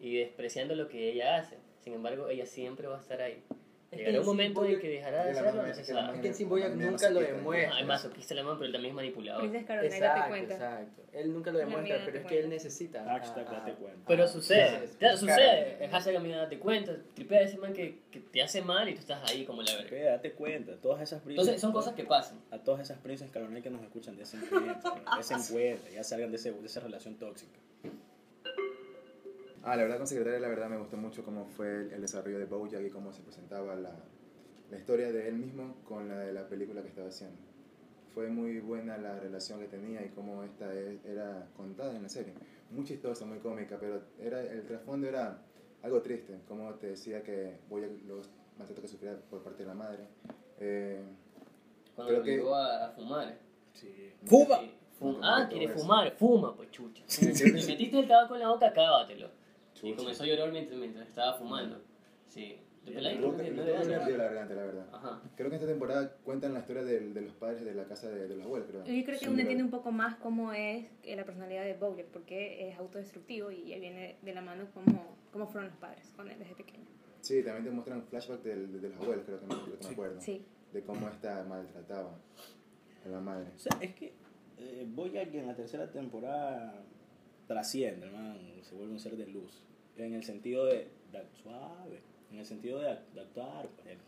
Speaker 1: y despreciando lo que ella hace. Sin embargo, ella siempre va a estar ahí.
Speaker 5: Es
Speaker 1: Llegará
Speaker 5: que
Speaker 1: un momento en
Speaker 5: Simboyo-
Speaker 1: el que dejará de
Speaker 4: Es la
Speaker 1: hacerlo.
Speaker 4: misma-
Speaker 1: no se
Speaker 4: es la
Speaker 1: sabe.
Speaker 4: misma-
Speaker 5: Es que el Simboyo
Speaker 4: También
Speaker 5: nunca lo
Speaker 4: masoquista,
Speaker 5: demuestra.
Speaker 1: Ah, el masoquista la man, pero él también es manipulador.
Speaker 2: Princesa Carolina, date
Speaker 5: Exacto,
Speaker 2: cuenta.
Speaker 5: exacto. Él nunca lo
Speaker 2: Una
Speaker 5: demuestra,
Speaker 2: amiga
Speaker 5: pero
Speaker 2: te
Speaker 5: es Ah, que él
Speaker 2: cuenta.
Speaker 5: necesita.
Speaker 3: Hashtag
Speaker 5: a- a-
Speaker 3: date cuenta.
Speaker 1: Pero
Speaker 5: a-
Speaker 1: sucede,
Speaker 5: Ah, sí,
Speaker 1: claro,
Speaker 5: sí,
Speaker 1: sucede.
Speaker 5: claro.
Speaker 1: Es hashtag amiga, date cuenta. Tripea a ese man que, que te hace mal y tú estás ahí como la
Speaker 3: Ve,
Speaker 1: verga.
Speaker 3: Date cuenta, todas esas prisas.
Speaker 1: Entonces, son cosas que pasan.
Speaker 3: A todas esas princesas caloneras que nos escuchan, desen cuenta, güey, desen cuenta, ya salgan de, ese- de esa relación tóxica.
Speaker 4: Ah, la verdad con Secretaria, la verdad me gustó mucho cómo fue el, el desarrollo de Bojack y cómo se presentaba la, la historia de él mismo con la de la película que estaba haciendo. Fue muy buena la relación que tenía y cómo esta e- era contada en la serie. Muy chistosa, muy cómica, pero era, el trasfondo era algo triste, como te decía que Bojack los maltratos que sufría por parte de la madre. Eh,
Speaker 1: Cuando
Speaker 4: Creo
Speaker 1: lo
Speaker 4: que-
Speaker 1: obligó a, a fumar.
Speaker 3: Sí. ¡Fuma!
Speaker 1: Sí, fum-
Speaker 4: Nunca me
Speaker 1: ah,
Speaker 4: tocó
Speaker 1: quiere
Speaker 4: eso.
Speaker 1: fumar. Fuma, pues chucha. Si metiste el tabaco en la boca, cábatelo. Y
Speaker 4: chucha.
Speaker 1: comenzó a llorar mientras, mientras estaba fumando. Sí. ¿Te
Speaker 4: Me
Speaker 1: peláis?
Speaker 4: tuvo que- me
Speaker 1: No
Speaker 4: tuvo que
Speaker 1: le
Speaker 4: haber
Speaker 1: das-
Speaker 4: ardido la garganta, la verdad.
Speaker 1: Ajá.
Speaker 4: Creo que esta temporada cuentan la historia del- de, los padres de la casa de, de los abuelos, creo.
Speaker 2: Yo creo que
Speaker 4: Sí,
Speaker 2: uno
Speaker 4: creo.
Speaker 2: entiende un poco más cómo es eh, la personalidad de Bowler, porque es autodestructivo y ya viene de la mano cómo, cómo fueron los padres con él desde pequeño.
Speaker 4: Sí, también te muestran flashback del, de, de los abuelos, creo que me, creo que me acuerdo.
Speaker 2: Sí.
Speaker 4: De cómo esta maltrataba a la madre.
Speaker 3: O sea, es que eh, Bojack en la tercera temporada trasciende, hermano, se vuelve un ser de luz. En el sentido de, de act- suave, en el sentido de, act- de actuar. pues, él.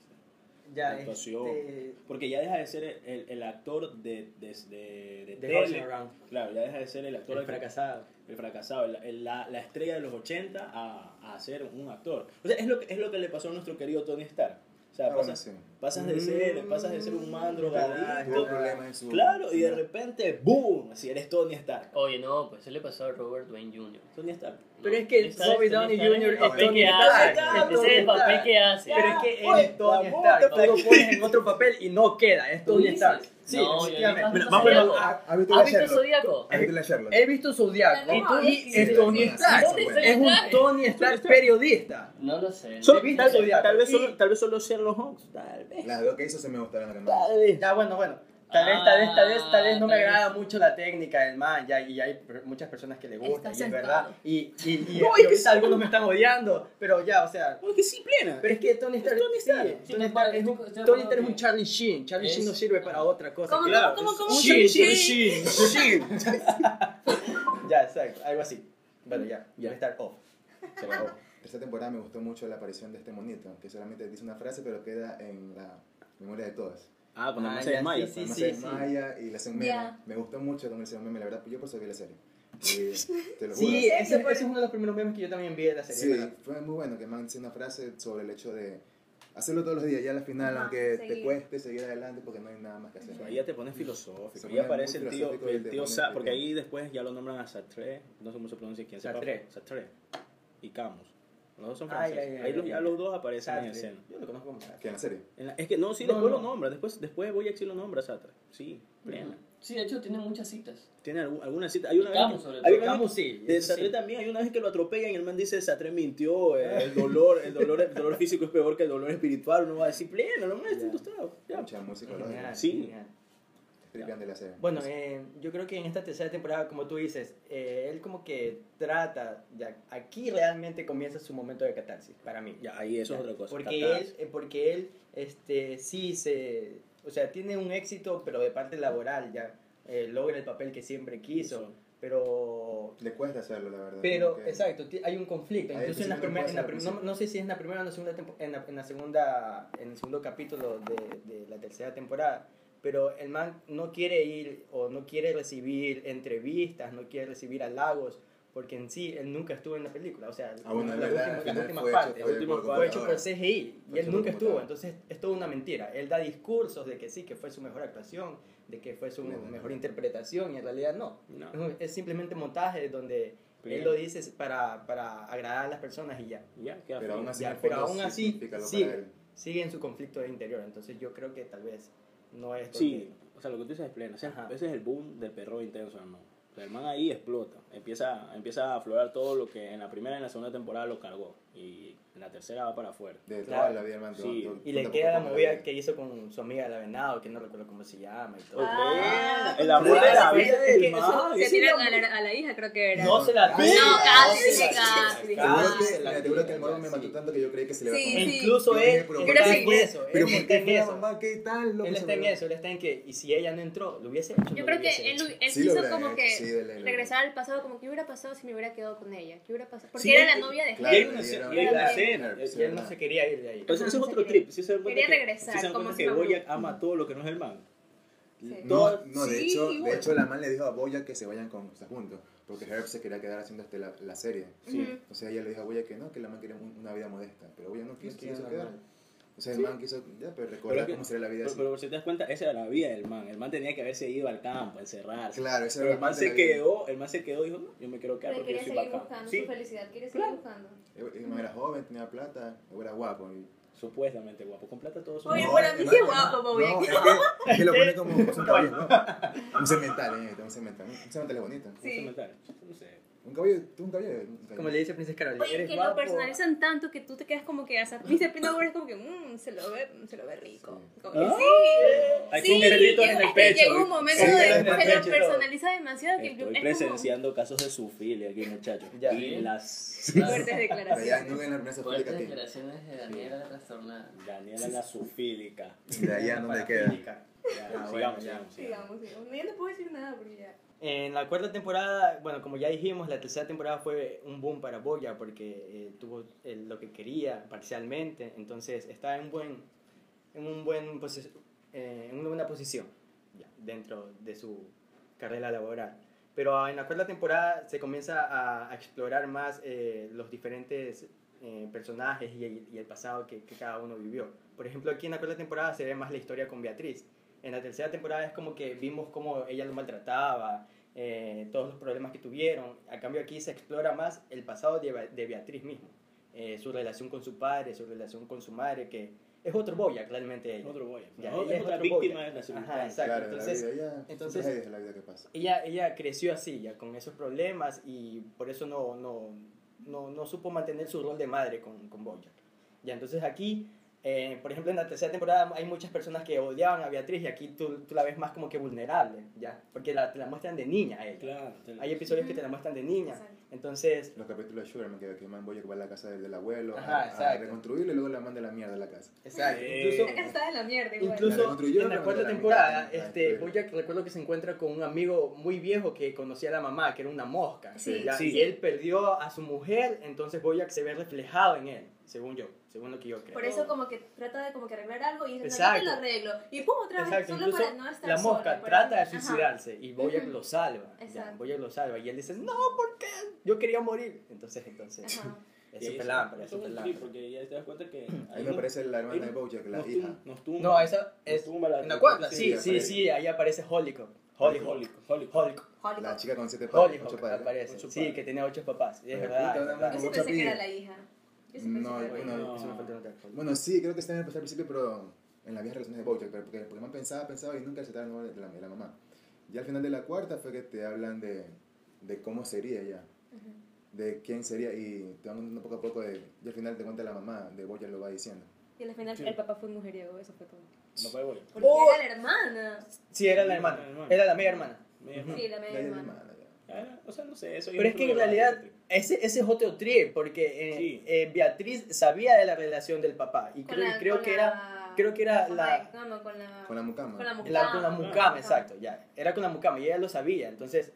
Speaker 5: Ya,
Speaker 3: La actuación.
Speaker 5: este,
Speaker 3: Porque ya deja de ser el, el- el actor de, de, de, de
Speaker 5: de
Speaker 3: tele.
Speaker 5: Golden Round,
Speaker 3: Claro, ya deja de ser el actor
Speaker 5: el
Speaker 3: al que-
Speaker 5: fracasado.
Speaker 3: el fracasado, la, la- la estrella de los 80 a, a ser un actor. O sea, es lo, que- es lo que le pasó a nuestro querido Tony Stark. O sea,
Speaker 4: Ah, bueno,
Speaker 3: pasas,
Speaker 4: sí.
Speaker 3: pasas de ser,
Speaker 5: Mm.
Speaker 3: pasas de ser un man drogadicto.
Speaker 4: Tuvo problemas en su.
Speaker 3: Claro, y de repente, ¡boom! Si eres Tony Stark.
Speaker 1: Oye, no, pues eso le pasó a Robert Dwayne Jr.
Speaker 3: Tony Stark.
Speaker 5: Pero es que
Speaker 1: ¿Sabes
Speaker 5: Bobby
Speaker 1: quién
Speaker 5: Downey
Speaker 1: está ahí?
Speaker 5: Jr.
Speaker 1: El
Speaker 5: es
Speaker 1: papel
Speaker 5: Tony
Speaker 1: que hace. Ese
Speaker 5: Stark,
Speaker 1: es el
Speaker 5: Tony
Speaker 1: papel
Speaker 5: Stark.
Speaker 1: que hace.
Speaker 5: Pero es que él
Speaker 3: Oye,
Speaker 5: es Tony
Speaker 3: la
Speaker 5: Stark.
Speaker 3: puta,
Speaker 5: Tú lo pones en otro papel y no queda. Es
Speaker 1: ¿Tú
Speaker 5: Tony
Speaker 1: dices?
Speaker 5: Stark. Sí,
Speaker 1: No, yo he visto
Speaker 5: efectivamente.
Speaker 1: Mira,
Speaker 5: Mira,
Speaker 1: vamos a-
Speaker 5: vamos
Speaker 1: Ah,
Speaker 5: a.
Speaker 4: ¿Has visto
Speaker 1: ¿Has
Speaker 4: la
Speaker 1: visto
Speaker 4: Sherlock?
Speaker 1: Zodíaco?
Speaker 4: ¿Has visto la Sherlock?
Speaker 5: ah, He visto Zodiaco
Speaker 1: ¿Y tú
Speaker 5: y
Speaker 1: dices?
Speaker 5: es Tony Stark.
Speaker 1: ¿Dónde está el
Speaker 5: Es un
Speaker 1: traje?
Speaker 5: Tony Stark periodista.
Speaker 1: No lo sé.
Speaker 5: Solo- tal- tal vez solo-
Speaker 3: tal vez solo Sherlock Holmes. Tal vez.
Speaker 4: Las dos que hizo se me gustaron, hermano.
Speaker 3: Tal vez.
Speaker 5: Ya, bueno, bueno. Tal vez, tal vez, tal vez, tal vez no me
Speaker 1: Ah, tal
Speaker 5: agrada mucho la técnica del man, ya, y hay per- muchas personas que le gusta,
Speaker 2: Está
Speaker 5: y es
Speaker 2: sentado.
Speaker 5: verdad. Y, y, y,
Speaker 3: No,
Speaker 5: y
Speaker 3: es que sí.
Speaker 5: ahorita algunos me están odiando, pero ya, o sea.
Speaker 3: Porque sí, plena.
Speaker 5: Pero es que Tony Stark.
Speaker 3: Tony Stark.
Speaker 5: sí,
Speaker 1: Sí,
Speaker 5: Tony
Speaker 1: no,
Speaker 5: Stark
Speaker 1: estoy-
Speaker 5: es un,
Speaker 1: estoy de
Speaker 5: Tony
Speaker 1: acuerdo
Speaker 5: Stark es un
Speaker 1: que-
Speaker 5: Charlie Sheen. Charlie
Speaker 1: es-
Speaker 5: Sheen no sirve para otra cosa.
Speaker 2: ¿Cómo,
Speaker 5: claro.
Speaker 2: cómo, cómo,
Speaker 3: Un
Speaker 2: cómo?
Speaker 3: Shin,
Speaker 2: Sí.
Speaker 3: Shin, Shin, Shin.
Speaker 5: Ya, exacto, algo así. Bueno, ya, ya estar off.
Speaker 3: Se acabó.
Speaker 4: Esta temporada me gustó mucho la aparición de este monito, que solamente dice una frase, pero queda en la memoria de todos.
Speaker 3: Ah, con la
Speaker 5: Ah,
Speaker 3: masa
Speaker 5: ya,
Speaker 3: de Maya.
Speaker 5: sí,
Speaker 3: con la
Speaker 5: sí,
Speaker 3: masa
Speaker 4: Además, es
Speaker 5: sí.
Speaker 4: Maya y la hacen meme.
Speaker 2: Ya.
Speaker 4: Me gustó mucho cómo le hicieron meme, la verdad, yo por eso vi la serie. Y te lo juro.
Speaker 5: Sí, ese, ese es uno de los primeros memes que yo también vi de la serie.
Speaker 4: Sí,
Speaker 5: ¿verdad?
Speaker 4: fue muy bueno que me han dicho una frase sobre el hecho de hacerlo todos los días, ya al final,
Speaker 2: Ajá,
Speaker 4: aunque te
Speaker 2: seguir.
Speaker 4: cueste seguir adelante porque no hay nada más que hacer.
Speaker 3: Ahí ya te pones filosófico.
Speaker 4: Se
Speaker 3: Ahí
Speaker 4: pone
Speaker 3: aparece
Speaker 4: muy
Speaker 3: el tío,
Speaker 4: filosófico y
Speaker 3: el
Speaker 4: te
Speaker 3: tío
Speaker 4: pone
Speaker 3: Sa, porque
Speaker 4: pequeño.
Speaker 3: ahí después ya lo nombran a Sartre, no sé cómo se pronuncia quién sepa.
Speaker 5: Sartre.
Speaker 3: Sartre y Camus. Los dos son
Speaker 5: Ay,
Speaker 3: franceses.
Speaker 5: ay, ay,
Speaker 3: ahí los-
Speaker 5: ay,
Speaker 3: ya
Speaker 5: ay.
Speaker 3: los dos aparecen en
Speaker 5: Sartre.
Speaker 3: escena.
Speaker 5: Yo lo conozco como Sartre.
Speaker 4: Que en la serie.
Speaker 3: En la- es que no, sí,
Speaker 5: No,
Speaker 3: después
Speaker 5: no.
Speaker 3: lo nombra. Después, después Boyack sí lo nombra a Sartre. Sí, plena.
Speaker 1: Sí, de hecho tiene muchas citas.
Speaker 3: Tiene algu- alguna cita. Hay una
Speaker 1: Y
Speaker 3: vez
Speaker 1: Camus,
Speaker 3: que-
Speaker 1: sobre
Speaker 3: hay
Speaker 1: todo.
Speaker 3: una vez-
Speaker 5: Camus sí.
Speaker 3: de
Speaker 5: eso
Speaker 3: Sartre
Speaker 5: sí.
Speaker 3: también hay una vez que lo atropellan y el man dice Sartre mintió, eh, el dolor, el dolor, el dolor físico es peor que el dolor espiritual, uno va a decir plena, no más,
Speaker 5: Ya.
Speaker 3: ya.
Speaker 4: Mucha música, los
Speaker 5: Genial,
Speaker 3: Sí.
Speaker 5: genial.
Speaker 4: tripean de la serie.
Speaker 5: Bueno, eh, yo creo que en esta tercera temporada, como tú dices, eh, él como que trata, ya, aquí realmente comienza su momento de catarsis, para mí.
Speaker 3: Ya, ahí eso es otra cosa.
Speaker 5: Porque
Speaker 3: Catás.
Speaker 5: él, eh, porque él este, sí se. O sea, tiene un éxito, pero de parte laboral, ya. eh, logra el papel que siempre quiso, pero.
Speaker 4: Le cuesta hacerlo, la verdad.
Speaker 5: Pero,
Speaker 4: como que-
Speaker 5: exacto, ti- hay un conflicto.
Speaker 4: Hay
Speaker 5: Incluso en la
Speaker 4: decisiones que
Speaker 5: primera.
Speaker 4: puede
Speaker 5: en la
Speaker 4: hacer
Speaker 5: prim-
Speaker 4: al
Speaker 5: no, no sé si es en la primera o en la segunda. tempo- En la, en la segunda en el segundo capítulo de, de- de la tercera temporada. pero el man no quiere ir o no quiere recibir entrevistas, no quiere recibir halagos, porque en sí él nunca estuvo en la película, o sea,
Speaker 4: Ah, bueno,
Speaker 5: la
Speaker 4: es verdad,
Speaker 5: última-
Speaker 4: al
Speaker 5: las
Speaker 4: final
Speaker 5: últimas
Speaker 4: fue hecho
Speaker 5: partes,
Speaker 4: por el
Speaker 3: últimas
Speaker 5: fue hecho por
Speaker 4: computador.
Speaker 5: CGI y
Speaker 4: Fue
Speaker 5: él
Speaker 4: hecho por
Speaker 5: nunca estuvo,
Speaker 4: computadora.
Speaker 5: entonces es toda una mentira. Él da discursos de que sí, que fue su mejor actuación, de que fue su
Speaker 4: Ujú.
Speaker 5: mejor interpretación y en realidad no.
Speaker 3: No.
Speaker 5: Es un- Es simplemente montaje donde él
Speaker 3: Pero-
Speaker 5: lo dice para, para agradar a las personas y ya.
Speaker 3: Ya, queda
Speaker 4: Pero aún
Speaker 3: frío.
Speaker 4: así,
Speaker 5: Ya,
Speaker 4: en el
Speaker 5: pero
Speaker 4: fondo
Speaker 5: aún
Speaker 4: sí
Speaker 5: así,
Speaker 4: significa algo
Speaker 5: sí.
Speaker 4: para él.
Speaker 5: Sigue en su conflicto de interior, entonces yo creo que tal vez no es...
Speaker 3: Sí, o sea, lo que tú dices es pleno. O sea,
Speaker 5: Ajá.
Speaker 3: ese es el boom del perro intenso, hermano. O sea, el man ahí explota. Empieza, empieza a aflorar todo lo que en la primera y en la segunda temporada lo cargó. Y en la tercera va para afuera.
Speaker 4: De
Speaker 5: Claro.
Speaker 4: toda la vida, hermano.
Speaker 3: Sí.
Speaker 4: tú- tú
Speaker 5: Y le
Speaker 4: tampoco
Speaker 5: queda la
Speaker 4: comes
Speaker 5: movida
Speaker 4: bien.
Speaker 5: que hizo con su amiga la Venado, que no recuerdo cómo se llama y todo.
Speaker 2: Ah,
Speaker 3: el amor de la vida
Speaker 5: es que
Speaker 3: del man.
Speaker 2: Se
Speaker 3: ese
Speaker 2: tiran
Speaker 3: man-
Speaker 2: a la, a la hija, creo que era.
Speaker 5: No se la
Speaker 4: No,
Speaker 5: tira,
Speaker 2: casi,
Speaker 5: no se la
Speaker 2: casi.
Speaker 5: tira,
Speaker 4: Te juro que-
Speaker 5: se ah, la
Speaker 4: mira, te juro que el
Speaker 5: tira,
Speaker 4: morbo me mató
Speaker 5: sí.
Speaker 4: tanto que yo creí que se le
Speaker 2: Sí,
Speaker 4: iba a
Speaker 5: E
Speaker 4: comer.
Speaker 2: sí.
Speaker 5: incluso
Speaker 4: Yo
Speaker 5: él
Speaker 4: dije, pero
Speaker 5: él
Speaker 4: ¿por
Speaker 5: está
Speaker 4: qué
Speaker 5: en
Speaker 4: fue?
Speaker 5: eso,
Speaker 4: Pero
Speaker 5: él
Speaker 4: ¿por
Speaker 5: está
Speaker 4: qué
Speaker 5: en
Speaker 4: fue la
Speaker 5: eso.
Speaker 4: mamá? ¿Qué tal? loco?
Speaker 5: Él
Speaker 4: Se
Speaker 5: está en
Speaker 4: me-
Speaker 5: eso, él está en que, y si ella no entró, lo hubiese hecho.
Speaker 2: Yo
Speaker 5: no
Speaker 2: creo
Speaker 5: lo
Speaker 2: que
Speaker 5: hubiese
Speaker 2: él,
Speaker 5: hecho.
Speaker 2: él
Speaker 4: Sí, lo
Speaker 2: quiso
Speaker 4: hubiera
Speaker 2: como
Speaker 4: hecho,
Speaker 2: que
Speaker 4: sí, dele, dele.
Speaker 2: regresar al pasado, como que hubiera pasado si me hubiera quedado con ella, qué hubiera pasado, porque
Speaker 3: Sí,
Speaker 2: era la
Speaker 3: y-
Speaker 2: novia de
Speaker 4: claro,
Speaker 2: Henry.
Speaker 3: Y hay una
Speaker 4: le dieron-
Speaker 3: y hay una
Speaker 2: Claro.
Speaker 3: escena.
Speaker 4: Claro.
Speaker 5: Y él no se quería ir de ahí.
Speaker 3: Entonces, ese es
Speaker 2: Ajá,
Speaker 3: otro
Speaker 2: se quería-
Speaker 3: trip. Si se dan cuenta
Speaker 2: quería
Speaker 3: que-
Speaker 2: regresar,
Speaker 3: sí se dan
Speaker 2: como
Speaker 3: cuenta
Speaker 2: si
Speaker 3: que
Speaker 2: no-
Speaker 3: Boyack ama todo lo que no es el man.
Speaker 2: Sí.
Speaker 4: No, no, de
Speaker 3: Sí,
Speaker 4: hecho, de
Speaker 3: bueno.
Speaker 4: hecho la man le dijo a Boya que se vayan con, o sea, juntos, porque Herb se quería quedar haciendo este, la, la serie.
Speaker 3: Sí.
Speaker 2: Ujú.
Speaker 4: Entonces ella le dijo a Boya que no, que la man quería un- una vida modesta, pero Boya no quiso,
Speaker 5: Sí,
Speaker 4: quiso
Speaker 5: normal.
Speaker 4: quedar. O sea, el
Speaker 3: Sí.
Speaker 4: man quiso, ya, pero recordar
Speaker 3: es que-
Speaker 4: cómo sería la vida
Speaker 3: Pero,
Speaker 4: así.
Speaker 3: pero si te das cuenta, esa era la vida del man. El man tenía que haberse ido al campo, a encerrarse.
Speaker 4: claro, esa
Speaker 3: Pero
Speaker 4: era
Speaker 3: el man
Speaker 4: parte de
Speaker 3: se
Speaker 4: la vida.
Speaker 3: quedó, el man se quedó y dijo, no, yo me quiero quedar
Speaker 2: Pero
Speaker 3: porque yo
Speaker 2: quería
Speaker 3: soy
Speaker 2: seguir
Speaker 3: bacán.
Speaker 2: buscando
Speaker 3: Sí,
Speaker 2: su felicidad, quiere
Speaker 3: Claro.
Speaker 2: seguir buscando.
Speaker 4: El man Eh, era joven, tenía plata, era guapo. y-
Speaker 3: supuestamente guapo. Con plata todos son
Speaker 2: Oye,
Speaker 3: guapos.
Speaker 2: bueno, a
Speaker 4: el
Speaker 2: mí
Speaker 4: man-
Speaker 2: qué guapo, Boya.
Speaker 4: No, es que, que lo pone como es un caballo, ¿no? Un cemental, eh, un cemental. Un cemental es bonito.
Speaker 3: No sé
Speaker 2: Sí.
Speaker 3: mental. No sé.
Speaker 4: Un caballo, tú un caballo. un caballo.
Speaker 5: Como le dice Princesa Carolina,
Speaker 2: Oye,
Speaker 5: eres
Speaker 2: que
Speaker 5: guapo.
Speaker 2: lo personalizan tanto que tú te quedas como que hasta Mr. Peanut Butter es como que mmm, se lo ve, se lo ve rico. Como que,
Speaker 3: Ah.
Speaker 2: sí.
Speaker 3: Hay
Speaker 2: sí,
Speaker 3: un perrito en
Speaker 2: llega-
Speaker 3: el pecho.
Speaker 2: Llegó un momento de
Speaker 4: Sí, en el
Speaker 2: que se lo
Speaker 5: pecho.
Speaker 2: personaliza demasiado que
Speaker 3: Estoy
Speaker 2: es como
Speaker 3: presenciando casos de sufilia aquí, muchachos.
Speaker 5: Ya.
Speaker 3: Y las...
Speaker 2: fuertes
Speaker 4: Pero ya nunca
Speaker 2: declaraciones.
Speaker 4: en la primera se explica
Speaker 1: Fuertes
Speaker 4: a ti.
Speaker 1: declaraciones de Daniela la trastornada.
Speaker 3: Daniela la sufílica.
Speaker 4: De allá donde queda.
Speaker 5: Parafílica.
Speaker 3: Ya,
Speaker 5: Ah, bueno,
Speaker 3: sigamos, sigamos,
Speaker 5: ya.
Speaker 3: sigamos.
Speaker 2: Sigamos, sigamos. Yo no puedo decir nada porque ya.
Speaker 5: En la cuarta temporada, bueno, como ya dijimos, la tercera temporada fue un boom para Boya porque eh, tuvo eh, lo que quería parcialmente, entonces está en buen, en un buen posi- eh, en una buena posición ya, dentro de su carrera laboral. Pero ah, en la cuarta temporada se comienza a, a explorar más eh, los diferentes eh, personajes y, el- y el pasado que, que cada uno vivió. Por ejemplo, aquí en la cuarta temporada se ve más la historia con Beatriz. En la tercera temporada es como que vimos cómo ella lo maltrataba, eh, todos los problemas que tuvieron. A cambio aquí se explora más el pasado de, Ba- de Beatriz mismo. Eh, su relación con su padre, su relación con su madre, que es otro boya realmente ella.
Speaker 3: Otro boy.
Speaker 5: Ya,
Speaker 3: No,
Speaker 5: ella
Speaker 3: es otra
Speaker 5: otro boya.
Speaker 3: víctima de la
Speaker 5: Ajá,
Speaker 3: circunstancia.
Speaker 5: exacto.
Speaker 4: Claro,
Speaker 5: entonces,
Speaker 4: la vida, ya,
Speaker 5: entonces-
Speaker 4: son tragedias de la vida que pasa.
Speaker 5: ella, ella creció así, ya con esos problemas y por eso no, no, no, no supo mantener su rol de madre con, con Bojack. Ya, entonces aquí, eh, por ejemplo, en la tercera temporada hay muchas personas que odiaban a Beatriz y aquí tú, tú la ves más como que vulnerable, ya, porque la, te la muestran de niña a ella.
Speaker 3: Claro.
Speaker 5: Hay episodios que te la muestran de niña.
Speaker 2: Exacto.
Speaker 5: Entonces,
Speaker 4: Los capítulos de Sugarman, que, que man Boya que va a la casa del, del abuelo
Speaker 5: Ajá,
Speaker 4: a- a,
Speaker 5: exacto.
Speaker 4: reconstruirlo y luego la manda a la mierda a la casa.
Speaker 5: exacto.
Speaker 3: Eh,
Speaker 5: Incluso,
Speaker 2: La casa está de la mierda igual.
Speaker 4: La
Speaker 5: Incluso
Speaker 4: reconstruyó,
Speaker 5: en la
Speaker 4: pero
Speaker 5: cuarta
Speaker 4: la mitad,
Speaker 5: temporada,
Speaker 4: la
Speaker 5: este,
Speaker 4: destruyó.
Speaker 5: Bojack recuerdo que se encuentra con un amigo muy viejo que conocía a la mamá, que era una mosca.
Speaker 2: Sí,
Speaker 5: Ya,
Speaker 3: sí.
Speaker 5: Y él perdió a su mujer, entonces Bojack se ve reflejado en él, según yo, según lo que yo creo.
Speaker 2: Por eso como que trata de como que arreglar algo y dice, no, yo
Speaker 5: Exacto.
Speaker 2: te lo arreglo. Y pum, otra vez,
Speaker 5: Exacto,
Speaker 2: solo
Speaker 5: incluso
Speaker 2: para no estar
Speaker 5: la mosca
Speaker 2: sola, para-
Speaker 5: trata de
Speaker 2: Ajá.
Speaker 5: suicidarse y Bojack
Speaker 2: Ujú.
Speaker 5: lo salva. Ya,
Speaker 2: Exacto.
Speaker 5: Bojack lo salva y él dice, no, ¿por qué? Yo quería morir. Entonces, entonces,
Speaker 2: Ajá.
Speaker 5: es súper lámpara, es súper
Speaker 3: Sí,
Speaker 5: lámpara.
Speaker 3: porque ya te das cuenta que...
Speaker 4: Ahí me aparece la hermana de Boya, la
Speaker 3: nos tum-
Speaker 4: hija.
Speaker 3: Nos tumba.
Speaker 5: No, esa es...
Speaker 3: Nos tumba la-
Speaker 5: En la cuarta,
Speaker 4: Sí,
Speaker 5: sí, sí,
Speaker 4: aparece.
Speaker 5: sí, ahí aparece Hollycock. Hollyhock.
Speaker 3: Hollyhock, Hollyhock.
Speaker 5: Hollycock.
Speaker 2: Hollywood.
Speaker 4: La chica con siete padres, ocho
Speaker 5: Hollyhock
Speaker 4: padres.
Speaker 5: aparece.
Speaker 3: Ocho
Speaker 5: sí,
Speaker 3: padres.
Speaker 5: que tenía ocho papás. Es
Speaker 4: Pero
Speaker 5: verdad.
Speaker 4: puta,
Speaker 5: es verdad.
Speaker 2: Yo
Speaker 4: Mucha
Speaker 2: sí pensé que
Speaker 4: pilla.
Speaker 2: era la hija. Yo sí pensé
Speaker 4: No,
Speaker 2: que era la
Speaker 4: bueno,
Speaker 2: hija.
Speaker 5: Eso me falta notar.
Speaker 4: Bueno, sí, creo que se me empezó al principio, pero en las viejas relaciones de Bojack, pero porque, porque man pensaba, pensaba y nunca aceptaba el nombre de la, de la mamá. Y al final de la cuarta fue que te hablan de, de cómo sería ella,
Speaker 2: Ujú.
Speaker 4: de quién sería, y te van contando poco a poco, de, y al final te cuenta la mamá de Bojack lo va diciendo.
Speaker 2: Y al final
Speaker 3: Sí.
Speaker 2: el papá fue un mujeriego, eso fue todo.
Speaker 3: Papá de Boya.
Speaker 2: Porque
Speaker 5: Oh.
Speaker 2: era la hermana.
Speaker 5: Sí, era la hermana. Era la media hermana.
Speaker 3: Media
Speaker 2: Sí, la
Speaker 4: La
Speaker 2: media
Speaker 4: hermana,
Speaker 2: hermana.
Speaker 4: ya.
Speaker 3: Ah, O sea, no sé, eso yo
Speaker 5: Pero es
Speaker 3: no
Speaker 5: que
Speaker 3: creo
Speaker 5: en realidad
Speaker 3: sea
Speaker 5: ese, ese es otro trip, porque eh,
Speaker 3: Sí.
Speaker 5: eh, Beatriz sabía de la relación del papá. Y
Speaker 2: Con
Speaker 5: creo,
Speaker 2: la-
Speaker 5: creo
Speaker 2: con
Speaker 5: que
Speaker 2: la-
Speaker 5: era creo que era
Speaker 2: con
Speaker 5: la-
Speaker 2: No, no, con la...
Speaker 4: Con la mucama.
Speaker 2: Con la mucama.
Speaker 5: la- con la mucama,
Speaker 2: Ajá.
Speaker 5: exacto, ya. Era con la mucama y ella lo sabía. Entonces,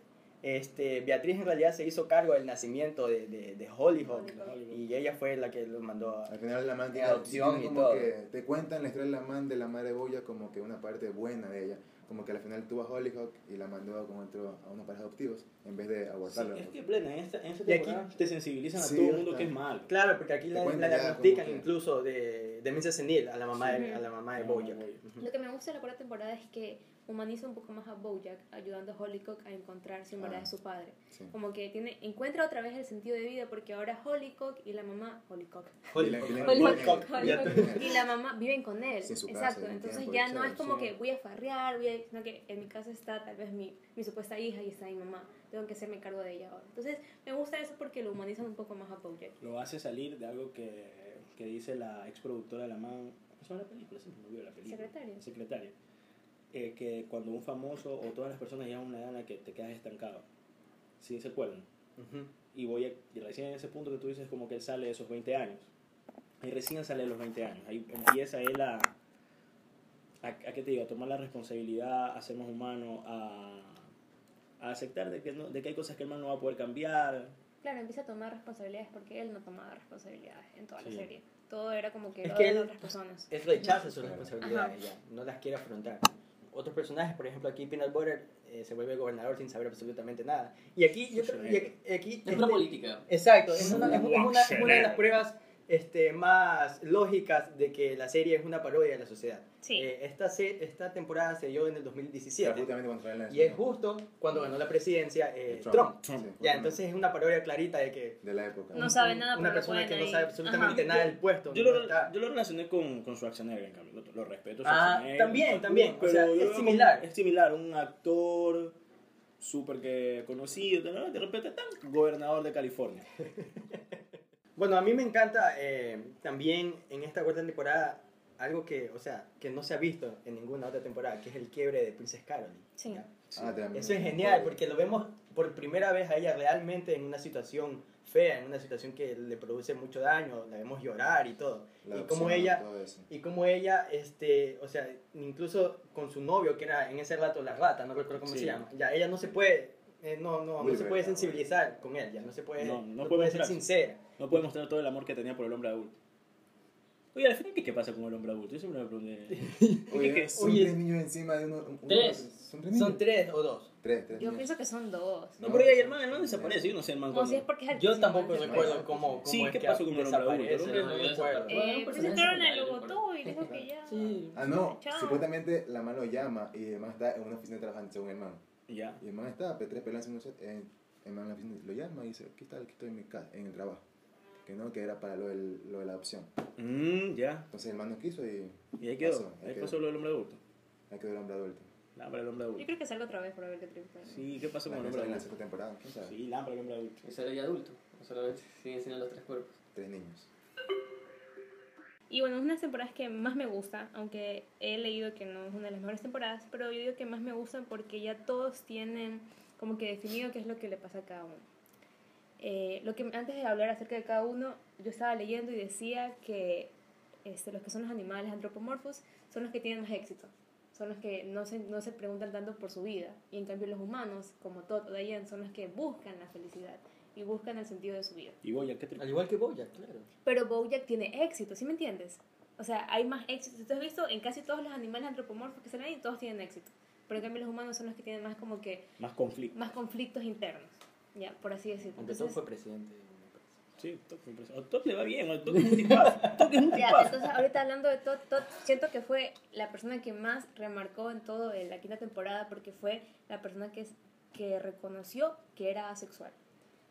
Speaker 5: Este, Beatriz en realidad se hizo cargo del nacimiento de, de, de
Speaker 2: Ah,
Speaker 5: Hollyhock
Speaker 2: Hollyhock.
Speaker 5: y ella fue la que lo mandó a...
Speaker 4: Al final la man
Speaker 6: Tiene adopción
Speaker 4: tiene
Speaker 6: y
Speaker 4: como
Speaker 6: todo.
Speaker 4: que- te cuentan la historia de la man de la madre Boya como que una parte buena de ella. Como que al final tuvo a Hollyhock y la mandó con otro, a unos padres adoptivos en vez de
Speaker 3: Sí,
Speaker 4: abortarlo.
Speaker 3: es que plena, en esta, en esta
Speaker 5: Y aquí-
Speaker 3: temporada te sensibilizan a
Speaker 4: Sí,
Speaker 3: todo el
Speaker 4: ya
Speaker 3: mundo
Speaker 4: está.
Speaker 3: que es malo.
Speaker 5: Claro, porque aquí
Speaker 4: Te
Speaker 5: la, la
Speaker 4: cuentan ya
Speaker 5: diagnostican
Speaker 4: como que-
Speaker 5: incluso de demencia senil a la mamá
Speaker 2: Sí.
Speaker 5: de, a la mamá de
Speaker 3: Mamá
Speaker 5: Bojack.
Speaker 3: de Bojack.
Speaker 5: Ujú.
Speaker 2: Lo que me gusta de la cuarta temporada es que humaniza un poco más a Bojack, ayudando a Hollycock a encontrar su verdad
Speaker 4: Ah.
Speaker 2: de su padre.
Speaker 4: Sí.
Speaker 2: Como que tiene, encuentra otra vez el sentido de vida porque ahora Hollycock y la mamá, Hollycock,
Speaker 4: Y la- y la-
Speaker 2: Hollycock,
Speaker 4: y la-
Speaker 2: Hollycock y la mamá viven con él.
Speaker 4: Sí, en su casa,
Speaker 2: Exacto,
Speaker 4: en
Speaker 2: entonces
Speaker 4: tiempo,
Speaker 2: ya
Speaker 4: sí,
Speaker 2: no es como
Speaker 4: sí.
Speaker 2: que voy a farrear, voy a- sino que en mi casa está tal vez mi, mi supuesta hija y está mi mamá. Tengo que hacerme cargo de ella ahora. Entonces me gusta eso porque lo humanizan un poco más a Bojack.
Speaker 3: Lo hace salir de algo que, que dice la ex productora de la man. ¿Cómo se llama la película? Siempre me olvido la película.
Speaker 2: Secretaria.
Speaker 3: Secretaria. Eh, que cuando un famoso o todas las personas llegan a una edad en la que te quedas estancado, sin se acuerdan.
Speaker 5: Ujú.
Speaker 3: Y voy a, y recién en ese punto que tú dices como que él sale de esos 20 años. Y recién sale de los 20 años. Ahí empieza él a, a, a ¿qué te digo? A tomar la responsabilidad, a ser más humano, a, a aceptar de que, no- de que hay cosas que el man no va a poder cambiar.
Speaker 2: Claro, empieza a tomar responsabilidades porque él no tomaba responsabilidades en toda
Speaker 3: Sí.
Speaker 2: la serie. Todo era como que
Speaker 5: Es
Speaker 2: lo
Speaker 5: que
Speaker 2: de
Speaker 5: él-
Speaker 2: otras personas.
Speaker 4: eh,
Speaker 5: Él rechaza sus
Speaker 4: Claro.
Speaker 5: responsabilidades,
Speaker 2: Ajá.
Speaker 5: ya, no las quiere afrontar. Otros personajes, por ejemplo, aquí Peanut Butter eh, se vuelve gobernador sin saber absolutamente nada. Y aquí, yo creo- y aquí- aquí
Speaker 1: Es una
Speaker 5: este-
Speaker 1: política.
Speaker 5: Exacto, es una, es una- es una- es una de las pruebas este, más lógicas de que la serie es una parodia de la sociedad.
Speaker 2: Sí.
Speaker 5: Eh, esta, se- esta temporada se dio en el 2017
Speaker 4: Justamente contra la
Speaker 5: y es justo cuando ganó la presidencia eh, Trump.
Speaker 4: Sí,
Speaker 5: Ya,
Speaker 4: justamente.
Speaker 5: entonces es una parodia clarita de que
Speaker 4: De la época.
Speaker 2: No sabe nada,
Speaker 5: una
Speaker 2: pero lo
Speaker 5: persona que
Speaker 2: ponen
Speaker 5: no
Speaker 2: ahí.
Speaker 5: sabe absolutamente
Speaker 3: Ajá.
Speaker 5: nada del puesto.
Speaker 3: Yo
Speaker 5: no
Speaker 3: lo,
Speaker 5: está-
Speaker 3: yo lo relacioné con, con Schwarzenegger, en cambio. Lo, lo respeto.
Speaker 5: Ah,
Speaker 3: Schwarzenegger,
Speaker 5: también, también, o sea,
Speaker 3: yo
Speaker 5: es
Speaker 3: lo veo como-
Speaker 5: similar.
Speaker 3: Es similar, un actor súper que conocido, te, te respeta tan gobernador de California.
Speaker 5: Bueno, a mí me encanta eh, también en esta cuarta temporada algo que, o sea, que no se ha visto en ninguna otra temporada, que es el quiebre de Princess Caroline.
Speaker 2: Sí.
Speaker 5: ¿ya?
Speaker 4: Ah, también.
Speaker 5: Eso es genial, porque lo vemos por primera vez a ella realmente en una situación fea, en una situación que le produce mucho daño, la vemos llorar y todo.
Speaker 4: La
Speaker 5: y como
Speaker 4: opción,
Speaker 5: ella,
Speaker 4: todo eso.
Speaker 5: y como ella, este, o sea, incluso con su novio, que era en ese rato la rata, no recuerdo cómo
Speaker 3: Sí.
Speaker 5: se llama, ya, ella no se puede, eh, no, no, no se
Speaker 4: Wilbur,
Speaker 5: puede
Speaker 4: ya.
Speaker 5: sensibilizar con él, ya, no se puede,
Speaker 3: No, no
Speaker 5: no
Speaker 3: puede
Speaker 5: puede ser
Speaker 3: mostrar.
Speaker 5: sincera.
Speaker 3: No puede mostrar todo el amor que tenía por el hombre adulto. Oye, al final, ¿qué, qué pasa con el hombre adulto? Yo siempre me pregunté.
Speaker 4: Oye, son
Speaker 5: oye.
Speaker 4: tres niños encima de uno. un- uno-
Speaker 1: Tres.
Speaker 4: Son tres niños.
Speaker 5: Son tres o dos.
Speaker 4: Tres, tres
Speaker 2: Yo
Speaker 4: niños.
Speaker 2: pienso que son dos.
Speaker 3: No, porque ahí el man, el man desaparece. Yo no sé el man
Speaker 2: O si es
Speaker 3: cuándo.
Speaker 2: porque es el
Speaker 5: Yo
Speaker 2: principal.
Speaker 5: tampoco recuerdo cómo, cómo
Speaker 3: Sí,
Speaker 5: es
Speaker 3: ¿qué
Speaker 5: que
Speaker 3: pasó con el hombre adulto? El
Speaker 5: desaparece,
Speaker 3: hombre
Speaker 5: no
Speaker 1: adulto
Speaker 5: recuerdo.
Speaker 1: Bueno,
Speaker 2: Eh,
Speaker 1: un
Speaker 2: pues
Speaker 1: personaje
Speaker 2: entraron al
Speaker 1: secundario,
Speaker 2: Logotó y dijo que ya.
Speaker 5: Sí.
Speaker 4: Ah, no.
Speaker 2: Chao.
Speaker 4: Supuestamente la mano llama y el man está en una oficina trabajando según el man.
Speaker 3: Ya.
Speaker 4: Y el man está, P3 peleas en un set, eh, el man la oficina lo llama y dice, aquí está, aquí estoy en mi casa, en el trabajo. Que no, que era para lo, del- lo de la adopción.
Speaker 3: Mm, ya.
Speaker 4: Entonces el man no quiso y
Speaker 3: Y ahí quedó.
Speaker 4: Pasó, ahí
Speaker 3: ahí
Speaker 4: quedó.
Speaker 3: pasó lo del hombre adulto.
Speaker 4: ha quedado el hombre adulto.
Speaker 3: Lámpara el hombre
Speaker 2: Yo
Speaker 3: adulto.
Speaker 2: creo que salgo otra vez para ver qué triunfa.
Speaker 3: Sí, ¿qué pasó con el
Speaker 4: Tal vez
Speaker 3: hombre
Speaker 4: en la
Speaker 3: adulto?
Speaker 4: sexta temporada, quién sabe.
Speaker 3: Sí, lámpara el hombre adulto.
Speaker 1: Ese era ya adulto. Solamente siguen siendo los tres cuerpos.
Speaker 4: Tres niños.
Speaker 2: Y bueno, es una de las temporadas que más me gusta, aunque he leído que no es una de las mejores temporadas, pero yo digo que más me gustan porque ya todos tienen como que definido qué es lo que le pasa a cada uno. Eh, lo que antes de hablar acerca de cada uno, yo estaba leyendo y decía que este, los que son los animales antropomorfos son los que tienen más éxito, son los que no se, no se preguntan tanto por su vida, y en cambio los humanos, como Todd o Diane, son los que buscan la felicidad y buscan el sentido de su vida.
Speaker 3: Y voy, ¿qué te
Speaker 5: Al igual que Boya, claro.
Speaker 2: Pero Bojack tiene éxito, ¿sí me entiendes? O sea, hay más éxito. Si tú has visto, en casi todos los animales antropomorfos que salen ahí, todos tienen éxito. Pero en cambio los humanos son los que tienen más como que,
Speaker 3: Más conflicto.
Speaker 2: más conflictos internos, ya, por así decirlo.
Speaker 5: Aunque Tom
Speaker 2: Entonces,
Speaker 5: fue presidente. de una empresa.
Speaker 3: Sí, Toc me parece. O Toc le va bien, o Toc es un tipazo. Toc es un
Speaker 2: ya,
Speaker 3: tipazo.
Speaker 2: entonces ahorita hablando de Todd, Todd, siento que fue la persona que más remarcó en todo en la quinta temporada porque fue la persona que, es- que reconoció que era asexual.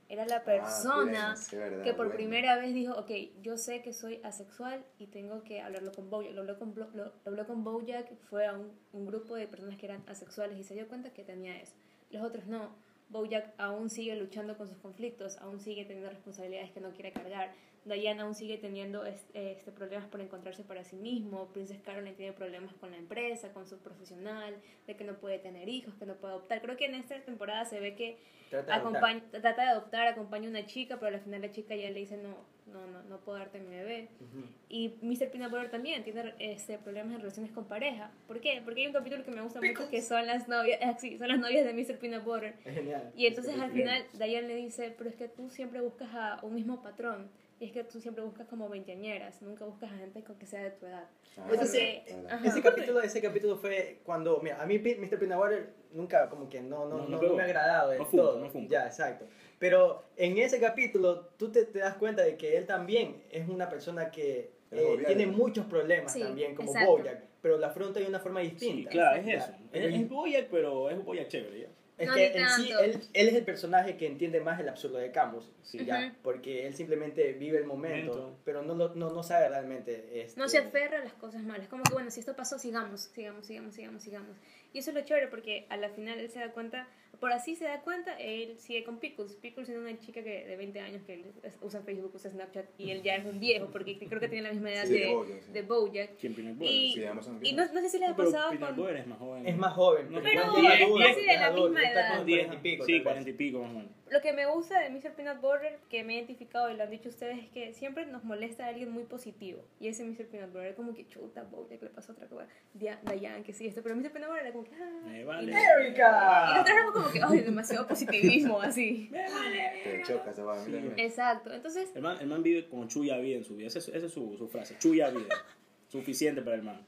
Speaker 2: Era
Speaker 4: Ah,
Speaker 2: la persona
Speaker 4: pues.
Speaker 2: que por primera vez dijo, ok, yo sé que soy asexual y tengo que hablarlo con Bojack. Lo habló con, Blo- lo, lo habló con Bojack, fue a un, un grupo de personas que eran asexuales y se dio cuenta que tenía eso. Los otros no. Bojack aún sigue luchando con sus conflictos, aún sigue teniendo responsabilidades que no quiere cargar. Diane aún sigue teniendo es- eh, este, problemas por encontrarse para sí mismo. Princess Caroline tiene problemas con la empresa, con su profesional, de que no puede tener hijos, que no puede adoptar. Creo que en esta temporada se ve que
Speaker 5: Trata de adoptar.
Speaker 2: acompaña, trata de adoptar, acompaña a una chica, pero al final la chica ya le dice, no, no, no, no puedo darte mi bebé.
Speaker 5: Ujú.
Speaker 2: Y Mr. Peanut Butter también tiene este, problemas en relaciones con pareja. ¿Por qué? Porque hay un capítulo que me gusta mucho que son las novias, ah, sí, son las novias de Mr. Peanut Butter.
Speaker 5: Es genial.
Speaker 2: Y entonces al final Dayan le dice, pero es que tú siempre buscas a un mismo patrón. Y es que tú siempre buscas como veinteañeras, nunca buscas a gente con que sea de tu edad.
Speaker 4: Ah,
Speaker 2: Entonces,
Speaker 4: verdad.
Speaker 2: ajá.
Speaker 5: Ese capítulo, ese capítulo fue cuando, mira, a mí Pi- Mr. Peanut Butter nunca como que no,
Speaker 3: No,
Speaker 5: no,
Speaker 3: no
Speaker 5: no, no
Speaker 3: pegó.
Speaker 5: me ha agradado del
Speaker 3: No funca,
Speaker 5: todo.
Speaker 3: no funca.
Speaker 5: ya, exacto. Pero en ese capítulo tú te, te das cuenta de que él también es una persona que
Speaker 4: Es
Speaker 5: eh,
Speaker 4: jovial.
Speaker 5: tiene muchos problemas
Speaker 2: Sí,
Speaker 5: también, como
Speaker 2: exacto.
Speaker 5: Bojack, pero la afronta de una forma
Speaker 3: Sí,
Speaker 5: distinta.
Speaker 3: claro, es
Speaker 5: Ya,
Speaker 3: eso.
Speaker 5: pero
Speaker 3: Es, es Boyac, pero es un Boyac chévere, ya.
Speaker 5: Es
Speaker 2: No,
Speaker 5: que
Speaker 2: ni
Speaker 5: en sí,
Speaker 2: tanto.
Speaker 5: él, él es el personaje que entiende más el absurdo de Camus,
Speaker 3: Sí.
Speaker 5: ya,
Speaker 2: Ujú.
Speaker 5: porque él simplemente vive el momento,
Speaker 3: Momento.
Speaker 5: pero no, lo- no, no sabe realmente. Este,
Speaker 2: No se aferra a las cosas malas. Como que, bueno, si esto pasó, sigamos, sigamos, sigamos, sigamos, sigamos. Y eso es lo chévere porque a la final él se da cuenta, por así se da cuenta, él sigue con Pickles. Pickles es una chica que, de 20 años que él es- usa Facebook, usa Snapchat y él ya es un viejo porque creo que tiene la misma edad
Speaker 4: Sí,
Speaker 2: de,
Speaker 4: obvio, sí.
Speaker 2: de Bojack.
Speaker 3: ¿Quién Peanut Butter?
Speaker 2: Y,
Speaker 4: Sí, ambos son
Speaker 2: y no,
Speaker 4: viejos.
Speaker 2: no sé si les ha
Speaker 3: pero
Speaker 2: pasado
Speaker 3: Peanut
Speaker 2: con...
Speaker 3: Butter es más joven.
Speaker 5: Es más joven.
Speaker 3: No,
Speaker 5: porque
Speaker 3: pero
Speaker 5: ya
Speaker 3: es
Speaker 5: adulto,
Speaker 2: casi de la
Speaker 5: adulto,
Speaker 2: misma
Speaker 5: está
Speaker 2: edad.
Speaker 5: como
Speaker 3: Diez,
Speaker 5: 40 y pico.
Speaker 3: Sí,
Speaker 5: tal vez.
Speaker 3: cuarenta y pico más o menos.
Speaker 2: Lo que me gusta de Mr. Peanut Butter, que me he identificado y lo han dicho ustedes, es que siempre nos molesta a alguien muy positivo. Y ese Mr. Peanut Butter era como que chuta, Bojack, le pasó otra cosa. Dia- Diane, que sí, esto. Pero Mr. Peanut Butter era como que... ah,
Speaker 3: Me
Speaker 2: y-
Speaker 3: vale.
Speaker 2: Y
Speaker 5: ¡Erika!
Speaker 2: nosotros éramos como que, ay, demasiado positivismo, así.
Speaker 4: Te choca esa vaina,
Speaker 3: Sí.
Speaker 4: mira, mira.
Speaker 2: Exacto, entonces,
Speaker 3: El man, el man vive con chuya vida en su vida. Esa es, esa es su, su frase. Chuya vida. Suficiente para el man.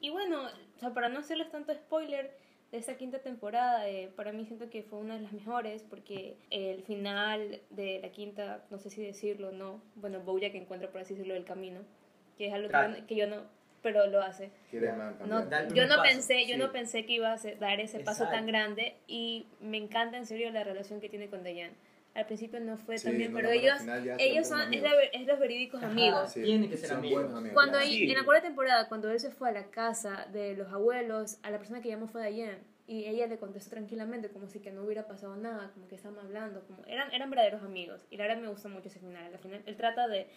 Speaker 2: y bueno, o sea, para no hacerles tanto spoiler de esta quinta temporada, eh, para mí siento que fue una de las mejores porque el final de la quinta, no sé si decirlo o no, bueno, Bojack encuentra, por así decirlo, el camino, que es algo que yo,
Speaker 5: Claro.
Speaker 2: no- que yo no, pero lo hace.
Speaker 4: Quiere man
Speaker 2: No,
Speaker 5: Dar
Speaker 4: cambiar.
Speaker 5: el
Speaker 2: yo
Speaker 5: primer
Speaker 2: no
Speaker 5: paso,
Speaker 2: pensé, yo
Speaker 5: sí.
Speaker 2: no pensé que iba a se- dar ese paso
Speaker 5: Exacto.
Speaker 2: tan grande y me encanta en serio la relación que tiene con Dayan. Al principio no fue
Speaker 4: Sí,
Speaker 2: tan bien,
Speaker 4: no,
Speaker 2: pues, pero
Speaker 4: no, al
Speaker 2: ellos,
Speaker 4: final ya se
Speaker 2: ellos son,
Speaker 4: vuelven
Speaker 2: es,
Speaker 4: amigos.
Speaker 2: la ver- es los verídicos
Speaker 5: Ajá.
Speaker 2: amigos.
Speaker 4: Sí,
Speaker 5: Tiene que ser
Speaker 4: son
Speaker 5: amigos.
Speaker 4: buenos amigos.
Speaker 2: Cuando
Speaker 4: Claro.
Speaker 2: ahí-
Speaker 3: Sí.
Speaker 2: en la cuarta temporada, cuando él se fue a la casa de los abuelos, a la persona que llamó fue Dayan y ella le contestó tranquilamente como si que no hubiera pasado nada, como que estaban hablando, como eran eran verdaderos amigos y la verdad me gusta mucho ese final. Al final él trata de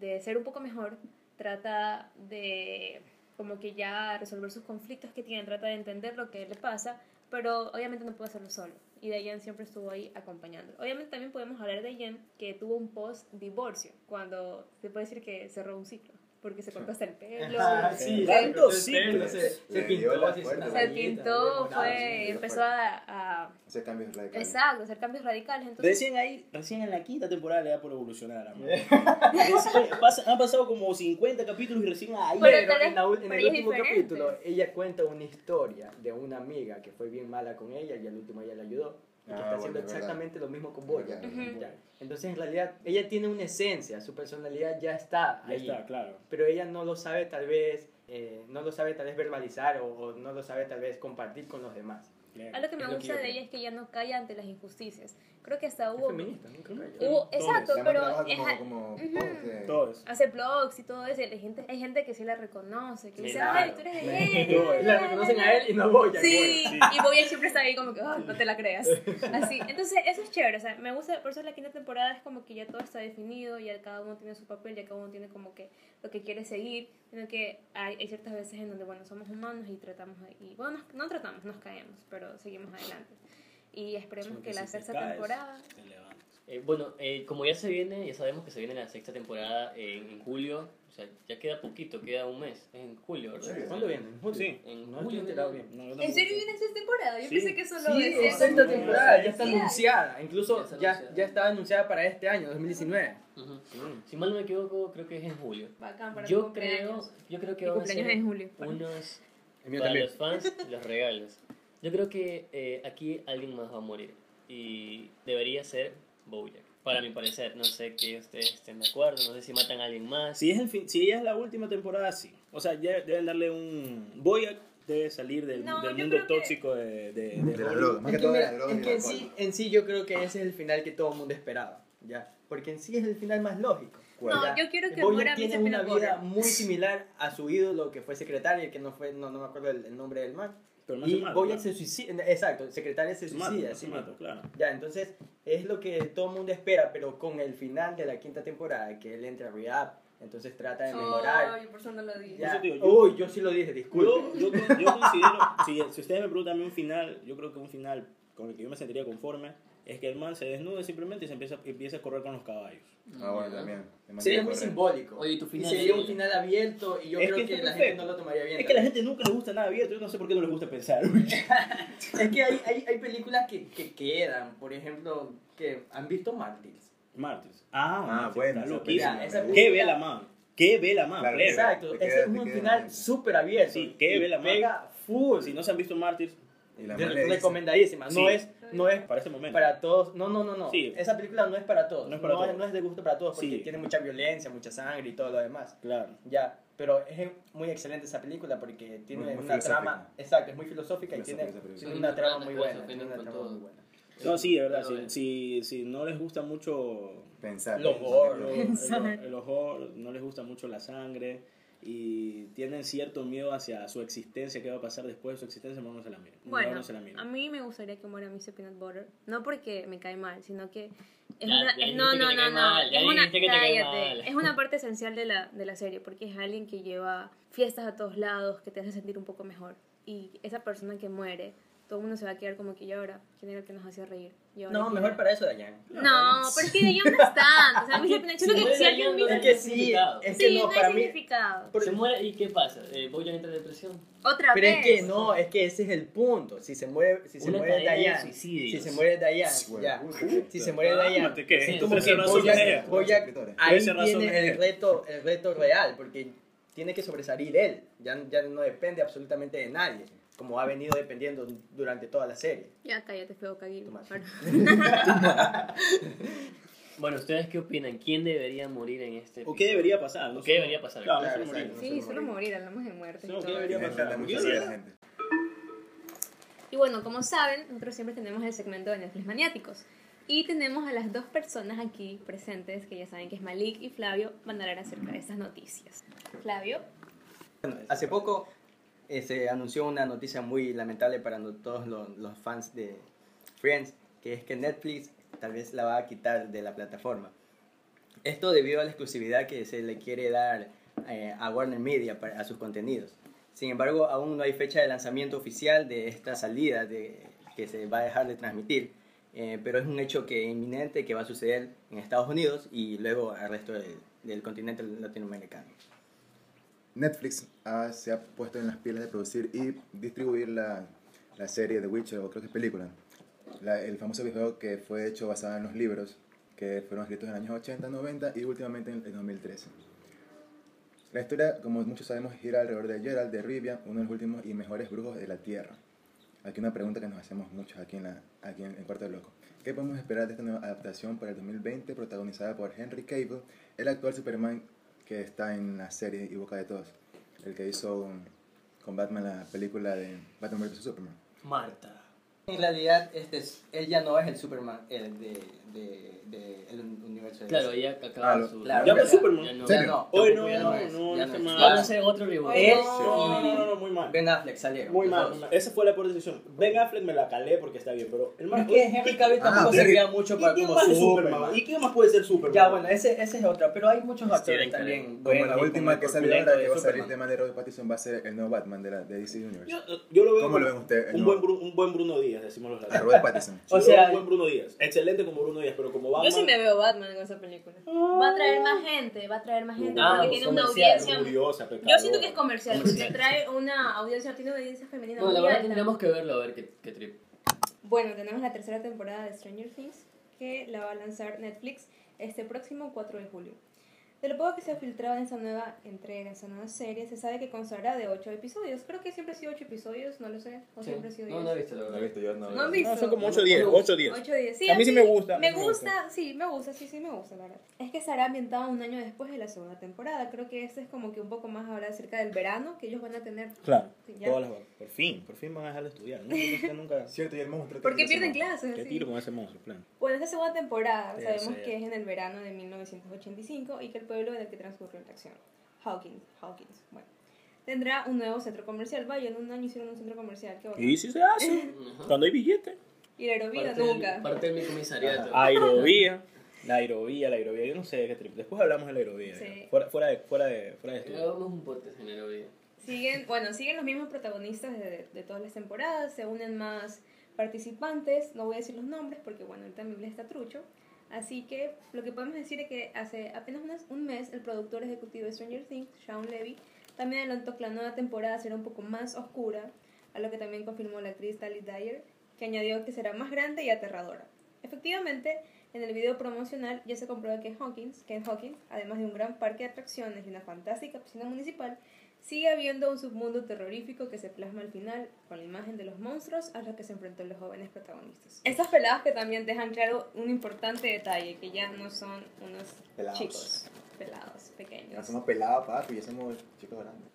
Speaker 2: de ser un poco mejor, trata de como que ya resolver sus conflictos que tiene, trata de entender lo que le pasa, pero obviamente no puede hacerlo solo. Y Dayan siempre estuvo ahí acompañándolo. Obviamente también podemos hablar de Dayan que tuvo un post-divorcio, cuando se puede decir que cerró un ciclo, porque se cortó hasta el este pelo.
Speaker 5: Ajá, sí,
Speaker 3: Tanto
Speaker 5: sí,
Speaker 3: sí,
Speaker 5: pero
Speaker 4: pero
Speaker 5: se,
Speaker 4: se-
Speaker 5: se
Speaker 4: le dio
Speaker 5: pintó,
Speaker 4: la
Speaker 5: se hizo
Speaker 4: fuerza.
Speaker 5: una
Speaker 2: Se
Speaker 4: Dayan,
Speaker 5: rayita,
Speaker 2: pintó,
Speaker 5: una
Speaker 2: fue,
Speaker 5: rayita.
Speaker 2: empezó a, a-
Speaker 4: Hacer cambios radicales.
Speaker 2: Exacto, hacer cambios radicales. Entonces,
Speaker 3: Recién ahí, recién en la quinta temporada le da por evolucionar a la madre. Recién- pasa- han pasado como 50 capítulos y recién ahí.
Speaker 2: Pero
Speaker 5: Pero
Speaker 2: tal vez
Speaker 5: en, la ul- en
Speaker 2: para
Speaker 5: el
Speaker 2: ella es
Speaker 5: último
Speaker 2: diferente.
Speaker 5: capítulo, ella cuenta una historia de una amiga que fue bien mala con ella y al último ella la ayudó. Y
Speaker 4: Ah,
Speaker 5: que está
Speaker 4: bueno,
Speaker 5: haciendo
Speaker 4: es verdad.
Speaker 5: exactamente lo mismo con Boya.
Speaker 4: Ya,
Speaker 2: Ujú.
Speaker 5: Ya. Entonces, en realidad, ella tiene una esencia, su personalidad ya está
Speaker 3: Ya
Speaker 5: ahí.
Speaker 3: está, claro.
Speaker 5: Pero ella no lo sabe, tal vez, eh, no lo sabe, tal vez verbalizar o, o no lo sabe, tal vez, compartir con los demás.
Speaker 2: algo que me
Speaker 5: Es lo que
Speaker 2: gusta
Speaker 5: yo
Speaker 2: de
Speaker 5: creo.
Speaker 2: ella es que ella no calla ante las injusticias. Creo que hasta
Speaker 5: Es
Speaker 2: hubo...
Speaker 5: feminista, ¿no? Creo que-
Speaker 2: hubo-
Speaker 3: Todos.
Speaker 2: exacto,
Speaker 4: Llama
Speaker 2: pero
Speaker 4: trabajo
Speaker 2: es, a-
Speaker 4: como, como
Speaker 2: Ujú.
Speaker 4: post de-
Speaker 3: Todos.
Speaker 2: hace blogs y todo eso. y Hay gente, hay gente que sí la reconoce, que
Speaker 3: Sí,
Speaker 2: dice,
Speaker 5: claro.
Speaker 2: ay, tú eres de
Speaker 3: Todo.
Speaker 2: él.
Speaker 5: eh, La reconocen a él y no a Boya.
Speaker 2: Sí,
Speaker 3: Sí.
Speaker 2: y Bojack siempre está ahí como que, "Ah, no te la creas. Así, entonces eso es chévere, o sea, me gusta, por eso la quinta temporada es como que ya todo está definido, ya cada uno tiene su papel, ya cada uno tiene como que lo que quiere seguir, sino que hay, hay ciertas veces en donde, bueno, somos humanos y tratamos, de- y bueno, nos- no tratamos, nos caemos, pero seguimos adelante. Y esperemos que la sexta temporada...
Speaker 1: Eh, bueno, eh, como ya se viene, ya sabemos que se viene la sexta temporada en, en julio, o sea, ya queda poquito, queda un mes, es en julio, ¿verdad?
Speaker 4: Sí.
Speaker 5: ¿Cuándo vienen?
Speaker 3: Sí.
Speaker 1: En
Speaker 5: No estoy
Speaker 1: julio
Speaker 5: enterado
Speaker 1: viene.
Speaker 5: bien.
Speaker 2: ¿En serio viene sexta temporada? Yo
Speaker 3: Sí.
Speaker 2: pensé que solo
Speaker 5: Sí,
Speaker 2: decían-
Speaker 5: es sexta temporada, ya está
Speaker 2: Sí,
Speaker 5: anunciada. Incluso
Speaker 1: Ya está
Speaker 5: ya,
Speaker 1: anunciada.
Speaker 5: ya está anunciada para este año, 2019.
Speaker 1: Ujú. Si mal no me equivoco, creo que es en julio.
Speaker 2: Bacán para tu
Speaker 1: Yo creo,
Speaker 2: cumpleaños.
Speaker 1: yo creo que
Speaker 2: Mi
Speaker 1: van a ser
Speaker 2: cumpleaños es en julio.
Speaker 1: unos
Speaker 5: El mío
Speaker 1: para
Speaker 5: también.
Speaker 1: los fans, los regalos. Yo creo que eh, aquí alguien más va a morir. Y debería ser Bojack. Para mi parecer, no sé que ustedes estén de acuerdo, no sé si matan a alguien más.
Speaker 3: Si es, el fin- si es la última temporada, sí. O sea, ya deben darle un. Boyac debe salir del,
Speaker 2: No,
Speaker 3: del
Speaker 2: yo
Speaker 3: mundo
Speaker 2: creo que-
Speaker 3: tóxico de, de, de
Speaker 4: De la
Speaker 3: Hollywood.
Speaker 4: droga, más que
Speaker 5: Es que,
Speaker 4: todo de
Speaker 5: mira,
Speaker 4: la droga y
Speaker 5: es
Speaker 4: el
Speaker 5: que en,
Speaker 4: alcohol.
Speaker 5: sí, en sí yo creo que ese es el final que todo el mundo esperaba, ¿ya? Porque en sí es el final más lógico.
Speaker 4: ¿Cuál?
Speaker 2: No,
Speaker 5: ¿ya?
Speaker 2: yo quiero que
Speaker 5: Bojack
Speaker 2: muera
Speaker 5: tiene
Speaker 2: Mr.
Speaker 5: una
Speaker 2: Peanut
Speaker 5: vida
Speaker 2: Butter.
Speaker 5: muy similar a su ídolo que fue secretario, que no fue, no, no me acuerdo el, el nombre del man.
Speaker 3: Pero no se
Speaker 5: Y
Speaker 3: mata,
Speaker 5: Boyack
Speaker 3: claro.
Speaker 5: se suicida, exacto, el secretario se
Speaker 3: Se mata,
Speaker 5: suicida.
Speaker 3: no se
Speaker 5: sí.
Speaker 3: mata, claro.
Speaker 5: Ya, entonces es lo que todo el mundo espera, pero con el final de la quinta temporada, que él entra a Rehab, entonces trata de mejorar.
Speaker 2: Ay, por eso no lo dije.
Speaker 5: Ya.
Speaker 3: Eso te digo, yo-
Speaker 5: Uy, yo sí lo dije, disculpe.
Speaker 3: Yo, yo, yo considero, si, si ustedes me preguntan a mí un final, yo creo que un final con el que yo me sentiría conforme es que el man se desnude simplemente y se empieza, empieza a correr con los caballos.
Speaker 4: Ah, bueno, también.
Speaker 5: Sería muy simbólico.
Speaker 1: Oye, ¿y tu final?
Speaker 5: Y sería un final abierto y yo
Speaker 3: Es
Speaker 5: creo
Speaker 3: que
Speaker 5: que,
Speaker 3: está
Speaker 5: la
Speaker 3: perfecto.
Speaker 5: gente no lo tomaría bien.
Speaker 3: Es que a la gente nunca le gusta nada abierto, yo no sé por qué no les gusta pensar.
Speaker 5: Es que hay, hay, hay películas que, que quedan, por ejemplo, que han visto Mártires.
Speaker 3: Mártires. Ah,
Speaker 4: Ah,
Speaker 3: Mártires,
Speaker 4: bueno.
Speaker 3: está
Speaker 4: esa
Speaker 3: loquísimo.
Speaker 4: película,
Speaker 5: esa
Speaker 4: me gusta.
Speaker 3: ¿Qué ve la man? ¿Qué ve la man?
Speaker 4: Claro,
Speaker 3: plebe?
Speaker 4: exacto.
Speaker 5: Exacto,
Speaker 4: te
Speaker 5: ese
Speaker 4: queda-
Speaker 5: es
Speaker 4: te
Speaker 5: un
Speaker 4: queda
Speaker 5: final
Speaker 4: bien.
Speaker 5: súper abierto.
Speaker 3: Sí, que
Speaker 5: y
Speaker 3: ve la man.
Speaker 5: Pega full.
Speaker 3: Si no se han visto Mártires,
Speaker 4: Y la
Speaker 5: Re-
Speaker 4: madre dice,
Speaker 5: recomendadísima. No,
Speaker 3: Sí.
Speaker 5: es, no es
Speaker 3: para este momento.
Speaker 5: para todos. No, no, no, no.
Speaker 3: Sí.
Speaker 5: Esa película no es para todos.
Speaker 3: No es para todos.
Speaker 5: no es de gusto para todos porque
Speaker 3: Sí.
Speaker 5: tiene mucha violencia, mucha sangre y todo lo demás.
Speaker 3: Claro.
Speaker 5: Ya, pero es muy excelente esa película porque tiene
Speaker 4: Muy- muy
Speaker 5: una
Speaker 4: filosófica.
Speaker 5: trama, exacto, es muy filosófica
Speaker 4: Filosófica
Speaker 5: y tiene,
Speaker 4: esa película.
Speaker 5: tiene
Speaker 1: Sí,
Speaker 5: una
Speaker 1: no
Speaker 5: trama
Speaker 1: trata
Speaker 5: muy
Speaker 1: de
Speaker 5: buena,
Speaker 1: filosofía,
Speaker 5: tiene una
Speaker 1: con
Speaker 5: trama
Speaker 1: todo.
Speaker 5: muy buena.
Speaker 3: No, sí, de verdad.
Speaker 1: Pero,
Speaker 3: Si, si, si no les gusta mucho
Speaker 4: Pensar.
Speaker 5: Los
Speaker 4: pensar,
Speaker 5: gorros.
Speaker 4: pensar.
Speaker 3: el, el- el ojo, no les gusta mucho la sangre y tienen cierto miedo hacia su existencia, qué va a pasar después de su existencia, mejor no se la miren. Mejor
Speaker 2: Bueno,
Speaker 3: no se la miren.
Speaker 2: a mí me gustaría que muera Missy Peanut Butter. No porque me cae mal, sino que. Es
Speaker 1: Ya-
Speaker 2: una,
Speaker 1: ya dijiste
Speaker 2: es- no,
Speaker 1: que
Speaker 2: no,
Speaker 1: te
Speaker 2: no,
Speaker 1: cae
Speaker 2: no.
Speaker 1: mal, ya
Speaker 2: Es una,
Speaker 1: dijiste que te cae
Speaker 2: cállate,
Speaker 1: mal.
Speaker 2: es una parte esencial de la, de la serie, porque es alguien que lleva fiestas a todos lados, que te hace sentir un poco mejor. Y esa persona que muere, todo el mundo se va a quedar como que llora. ¿Quién era el que nos hacía reír? Y ahora,
Speaker 5: No,
Speaker 2: ¿quién
Speaker 5: mejor
Speaker 2: era?
Speaker 5: para eso, Dayan.
Speaker 2: No, pero es que de no está. O sea, Missy Peanut siento que si alguien
Speaker 1: Es
Speaker 2: mira-
Speaker 5: Es que sí, es que
Speaker 2: Sí,
Speaker 5: no,
Speaker 2: no
Speaker 5: para
Speaker 2: hay
Speaker 5: mí.
Speaker 2: significado.
Speaker 5: por-
Speaker 1: Se muere y ¿qué pasa? Eh, Bojan entra en depresión.
Speaker 2: Otra
Speaker 5: Pero
Speaker 2: vez.
Speaker 5: es que no, es que ese es el punto. Si se muere, si se
Speaker 1: Una
Speaker 5: muere
Speaker 1: cadena de
Speaker 5: Dayan, si
Speaker 1: suicidios.
Speaker 5: se muere Dayan,
Speaker 4: Sí,
Speaker 5: ya. Uh,
Speaker 4: güey, puta.
Speaker 5: Si se muere Dayan,
Speaker 3: Cálmate, ¿qué?
Speaker 1: Sí, como
Speaker 3: Es como
Speaker 5: Entonces,
Speaker 3: que no
Speaker 5: Bojack-
Speaker 3: son ellos.
Speaker 5: Bojack,
Speaker 4: escritores.
Speaker 5: ahí
Speaker 3: Ese razón
Speaker 5: tiene
Speaker 3: es.
Speaker 5: el reto, el reto real, porque tiene que sobresalir él. Ya, ya no depende absolutamente de nadie, como ha venido dependiendo durante toda la serie.
Speaker 2: Ya cállate, feo caguillo.
Speaker 5: Tomás.
Speaker 2: Para.
Speaker 1: Bueno, ¿ustedes qué opinan? ¿Quién debería morir en este
Speaker 3: ¿O qué debería pasar? No
Speaker 1: ¿O
Speaker 3: sé.
Speaker 1: qué debería pasar?
Speaker 3: Claro,
Speaker 5: Claro,
Speaker 3: no sé,
Speaker 5: exacto.
Speaker 3: morir.
Speaker 2: Sí, solo morir, hablamos de muerte. y
Speaker 3: No,
Speaker 2: todo.
Speaker 3: ¿qué debería
Speaker 4: Me encanta
Speaker 3: pasar?
Speaker 4: mucho
Speaker 3: Yo-
Speaker 4: así a la gente.
Speaker 2: Y bueno, como saben, nosotros siempre tenemos el segmento de Netflix Maniáticos. Y tenemos a las dos personas aquí presentes, que ya saben que es Malik y Flavio, van a hablar acerca de estas noticias. Flavio,
Speaker 5: Hace poco eh, se anunció una noticia muy lamentable para no- todos lo- los, fans de Friends, que es que Netflix tal vez la va a quitar de la plataforma. Esto debido a la exclusividad que se le quiere dar eh, a Warner Media para, a sus contenidos. Sin embargo, aún no hay fecha de lanzamiento oficial de esta salida de, que se va a dejar de transmitir, eh, pero es un hecho que inminente que va a suceder en Estados Unidos y luego al resto del- del continente latinoamericano.
Speaker 4: Netflix ha- se ha puesto en las pilas de producir y distribuir la, la serie The Witcher, o creo que es película. La- el famoso videojuego que fue hecho basado en los libros que fueron escritos en los años 80, 90 y últimamente en el 2013. La historia, como muchos sabemos, gira alrededor de Geralt de Rivia, uno de los últimos y mejores brujos de la Tierra. Aquí una pregunta que nos hacemos muchos aquí en, la, aquí en, en Cuarto de Loco. ¿Qué podemos esperar de esta nueva adaptación para el 2020 protagonizada por Henry Cable, el actual Superman que está en la serie y boca de todos? El que hizo um, con Batman la película de Batman vs. Superman.
Speaker 1: Marta.
Speaker 5: En realidad, este es- él ya no es el Superman el de, de, de- el un- universo de
Speaker 1: Claro,
Speaker 5: DC.
Speaker 1: ella acaba
Speaker 4: Claro,
Speaker 1: su...
Speaker 5: claro.
Speaker 1: Ya
Speaker 5: Ya
Speaker 1: no,
Speaker 5: fue
Speaker 3: Superman.
Speaker 1: Ya no.
Speaker 5: Ya
Speaker 4: ¿Serio?
Speaker 5: no,
Speaker 3: Oye,
Speaker 5: tampoco
Speaker 3: no,
Speaker 5: ya es,
Speaker 3: no,
Speaker 5: ya
Speaker 3: no,
Speaker 5: es.
Speaker 3: no,
Speaker 1: Van a hacer otro reboot.
Speaker 5: Él
Speaker 3: No, no, no, no, muy
Speaker 5: y
Speaker 3: mal.
Speaker 5: Ben Affleck salieron.
Speaker 3: Muy
Speaker 5: los
Speaker 3: mal,
Speaker 5: dos.
Speaker 3: muy mal. Esa fue la peor decisión. Ben Affleck me la calé porque está bien, pero el
Speaker 5: Es
Speaker 3: man.
Speaker 5: que Henry Cavill
Speaker 4: Ah,
Speaker 5: tampoco
Speaker 4: ok.
Speaker 5: servía mucho para
Speaker 3: ¿Y quién
Speaker 5: como
Speaker 3: más es
Speaker 5: Superman.
Speaker 3: Superman? ¿Y quién más puede ser Superman?
Speaker 5: Ya, bueno, ese- esa es otra, pero hay muchos
Speaker 1: Steven Carell.
Speaker 5: actores también.
Speaker 4: Como
Speaker 5: buenos
Speaker 4: la
Speaker 5: y
Speaker 4: última
Speaker 5: el
Speaker 4: que salió ahora,
Speaker 5: corpulento
Speaker 4: que
Speaker 5: de
Speaker 4: va a salir
Speaker 5: Superman.
Speaker 4: tema de Robert Pattinson, va a ser el nuevo Batman de, la, de DC Universe.
Speaker 3: Yo, yo lo veo
Speaker 4: ¿Cómo
Speaker 3: como
Speaker 4: lo ven ustedes?
Speaker 3: un
Speaker 4: No.
Speaker 3: buen, Bru- un buen Bruno Díaz, decimos los
Speaker 4: A
Speaker 3: latinos.
Speaker 4: Robert Pattinson.
Speaker 5: O
Speaker 3: O
Speaker 5: sea-
Speaker 3: sea, buen Bruno Díaz. Excelente como Bruno Díaz, pero como Batman.
Speaker 2: yo sí me veo Batman con esa película. Va a traer más gente, va a traer más gente,
Speaker 1: Ah,
Speaker 2: porque
Speaker 1: pues
Speaker 2: tiene una
Speaker 1: comercial,
Speaker 2: audiencia...
Speaker 3: Curiosa,
Speaker 2: Yo siento que es comercial, porque
Speaker 1: Comercial.
Speaker 2: trae una audiencia, tiene una audiencia femenina
Speaker 1: Bueno, la
Speaker 2: muy
Speaker 1: verdad
Speaker 2: alta.
Speaker 1: tendríamos que verlo a ver qué, qué trip.
Speaker 2: Bueno, tenemos la tercera temporada de Stranger Things que la va a lanzar Netflix este próximo 4 de julio. De lo poco que se ha filtrado en esa nueva entrega, en esa nueva serie, se sabe que constará de 8 episodios. Creo que siempre ha sido 8 episodios, no lo sé. O siempre ha sido 10.
Speaker 1: No, no he visto la verdad.
Speaker 4: yo,
Speaker 2: ¿No han visto?
Speaker 3: No, son como 8 o 10. 8 o 10.
Speaker 2: 8 o 10. Sí,
Speaker 3: A mí sí me gusta, a mí
Speaker 2: Me
Speaker 3: sí me gusta.
Speaker 2: gusta, sí, me gusta, sí, sí, me gusta, la verdad. Es que estará ambientada un año después de la segunda temporada. Creo que este es como que un poco más ahora acerca del verano que ellos van a tener.
Speaker 3: Claro.
Speaker 2: Sí, ya.
Speaker 3: Todas las van. Por fin, por fin van a dejar de estudiar. No, nunca, nunca.
Speaker 4: Cierto, y el monstruo.
Speaker 2: Porque
Speaker 4: tiene
Speaker 2: pierden
Speaker 4: razón.
Speaker 2: clases.
Speaker 3: Qué
Speaker 2: sí.
Speaker 3: tiro con ese monstruo, plan.
Speaker 2: Bueno, esta segunda temporada
Speaker 3: Sí,
Speaker 2: sabemos
Speaker 3: sí.
Speaker 2: que es en el verano de 1985 y que el pueblo en el que transcurrió la acción, Hawkins, Hawkins, bueno, tendrá un nuevo centro comercial. Vaya, en un año hicieron un centro comercial, qué bacán.
Speaker 3: Y si se hace.
Speaker 1: Ajá.
Speaker 3: Cuando hay billete.
Speaker 2: Y la aerovía
Speaker 1: Parte del-
Speaker 2: nunca.
Speaker 1: Parte de mi comisariato.
Speaker 3: Aerovía. La aerovía, la aerovía. Yo no sé de qué trip. Después hablamos de la aerovía.
Speaker 2: Sí.
Speaker 3: ya. Fuera, fuera, de, fuera, de, fuera de estudio.
Speaker 1: Grabamos un podcast en aerovía.
Speaker 2: Siguen, bueno, siguen los mismos protagonistas de, de todas las temporadas, se unen más participantes, no voy a decir los nombres porque bueno, ahorita mi inglés está trucho. Así que lo que podemos decir es que hace apenas unas- un mes el productor ejecutivo de Stranger Things, Sean Levy, también adelantó que la nueva temporada será un poco más oscura, a lo que también confirmó la actriz Tally Dyer, que añadió que será más grande y aterradora. Efectivamente, en el video promocional ya se comprueba que Hawkins, que en Hawkins, además de un gran parque de atracciones y una fantástica piscina municipal, sigue habiendo un submundo terrorífico que se plasma al final con la imagen de los monstruos a los que se enfrentan los jóvenes protagonistas. Estas peladas que también dejan claro un importante detalle, que ya no son unos
Speaker 4: Pelados.
Speaker 2: chicos pelados,
Speaker 4: Ya
Speaker 2: pequeños.
Speaker 4: somos pelados, papi, ya somos chicos grandes.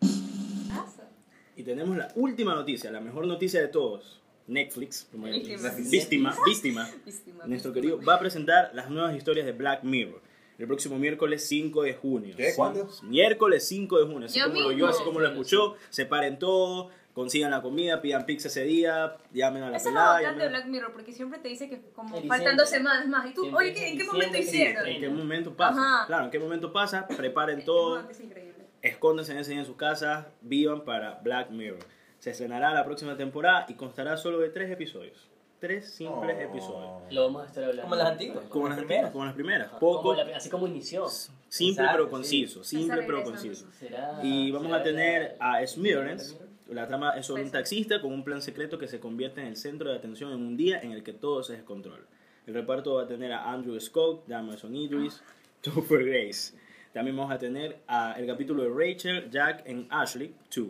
Speaker 2: Asa.
Speaker 3: Y tenemos la última noticia, la mejor noticia de todos. Netflix, como ya-
Speaker 2: Víctima.
Speaker 3: víctima, víctima.
Speaker 2: Víctima,
Speaker 3: Nuestro
Speaker 2: víctima.
Speaker 3: querido va a presentar las nuevas historias de Black Mirror el próximo miércoles 5 de junio.
Speaker 4: ¿Qué?
Speaker 3: Sí.
Speaker 4: ¿Cuándo?
Speaker 3: Miércoles 5 de junio, así
Speaker 2: Ya
Speaker 3: como lo
Speaker 2: mismo.
Speaker 3: oyó, así como lo escuchó, separen todo, consigan la comida, pidan pizza ese día, llamen a la
Speaker 2: Esa es
Speaker 3: pelada,
Speaker 2: la bacán
Speaker 3: llamen
Speaker 2: de
Speaker 3: a-
Speaker 2: Black Mirror, porque siempre te dice que como
Speaker 1: En
Speaker 2: faltan dos
Speaker 1: diciembre.
Speaker 2: semanas más. Y tú,
Speaker 1: Siempre
Speaker 2: oye, ¿qué- ¿en qué
Speaker 1: en
Speaker 2: momento
Speaker 1: diciembre,
Speaker 2: hicieron?
Speaker 1: en
Speaker 3: ¿En qué momento pasa?
Speaker 2: Ajá.
Speaker 3: Claro, ¿en qué momento pasa? Preparen
Speaker 2: Eh,
Speaker 3: todo,
Speaker 2: no, Es increíble.
Speaker 3: escóndanse, enseñen en sus casas, vivan para Black Mirror. Se estrenará la próxima temporada y constará solo de tres episodios. Tres simples
Speaker 4: Oh.
Speaker 3: episodios.
Speaker 1: Lo vamos a estar hablando.
Speaker 5: Como las antiguas.
Speaker 3: Como
Speaker 5: las
Speaker 3: las,
Speaker 5: primeras.
Speaker 3: primeras. Como las primeras.
Speaker 1: Ajá,
Speaker 3: Poco,
Speaker 1: como la- así como inició.
Speaker 3: simple
Speaker 5: Exacto,
Speaker 3: pero
Speaker 5: sí. Ah,
Speaker 3: conciso.
Speaker 2: Esa
Speaker 3: Simple pero
Speaker 2: regresa.
Speaker 3: conciso.
Speaker 1: Será-
Speaker 3: Y vamos
Speaker 1: será
Speaker 3: a tener
Speaker 1: la-
Speaker 3: a Smirrens. La trama es sobre un
Speaker 2: Pues-
Speaker 3: taxista con un plan secreto que se convierte en el centro de atención en un día en el que todo se descontrola. El reparto va a tener a Andrew Scott, Damson Idris, Topher Grace. También vamos a tener a el capítulo de Rachel, Jack en Ashley 2.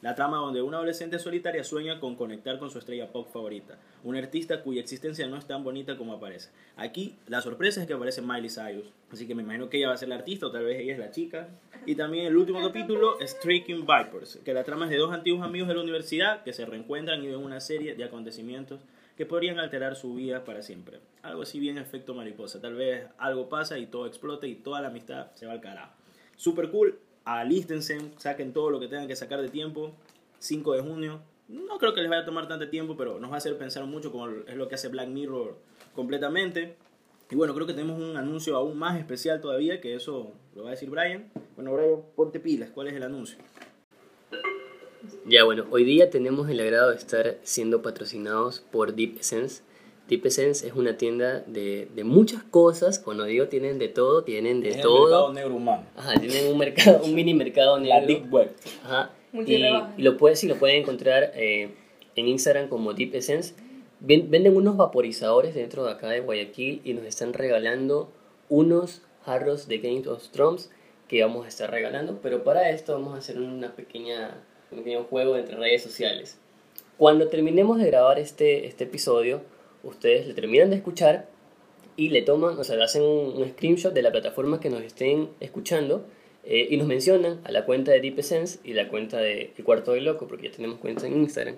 Speaker 3: La trama donde una adolescente solitaria sueña con conectar con su estrella pop favorita, un artista cuya existencia no es tan bonita como aparece. Aquí la sorpresa es que aparece Miley Cyrus, así que me imagino que ella va a ser la artista o tal vez ella es la chica. Y también el último capítulo, Streaking Vipers, que la trama es de dos antiguos amigos de la universidad que se reencuentran y ven una serie de acontecimientos que podrían alterar su vida para siempre. Algo así bien efecto mariposa, tal vez algo pasa y todo explota y toda la amistad se va al carajo. Super cool, alístense, saquen todo lo que tengan que sacar de tiempo, 5 de junio. No creo que les vaya a tomar tanto tiempo, pero nos va a hacer pensar mucho, como es lo que hace Black Mirror completamente. Y bueno, creo que tenemos un anuncio aún más especial todavía, que eso lo va a decir Brian. Bueno, Brian, ponte pilas, ¿cuál es el anuncio?
Speaker 1: Ya bueno, hoy día tenemos el agrado de estar siendo patrocinados por Deep Essence. Deep Essence es una tienda de, de muchas cosas, cuando digo tienen de todo, tienen de todo.
Speaker 3: negro humano.
Speaker 1: Ajá, tienen un mercado, un mini mercado negro.
Speaker 3: Web.
Speaker 1: Ajá. Y,
Speaker 2: Multirebaja.
Speaker 1: y lo puedes sí, lo pueden encontrar eh, en Instagram como Deep Essence. Ven- venden unos vaporizadores dentro de acá de Guayaquil y nos están regalando unos jarros de Games of Thrones que vamos a estar regalando. Pero para esto vamos a hacer una pequeña, un pequeño juego entre redes sociales. Cuando terminemos de grabar este, este episodio, ustedes le terminan de escuchar y le toman, o sea, le hacen un, un screenshot de la plataforma que nos estén escuchando eh, y nos mencionan a la cuenta de Deep Essence y la cuenta de El Cuarto de Loco, porque ya tenemos cuenta en Instagram.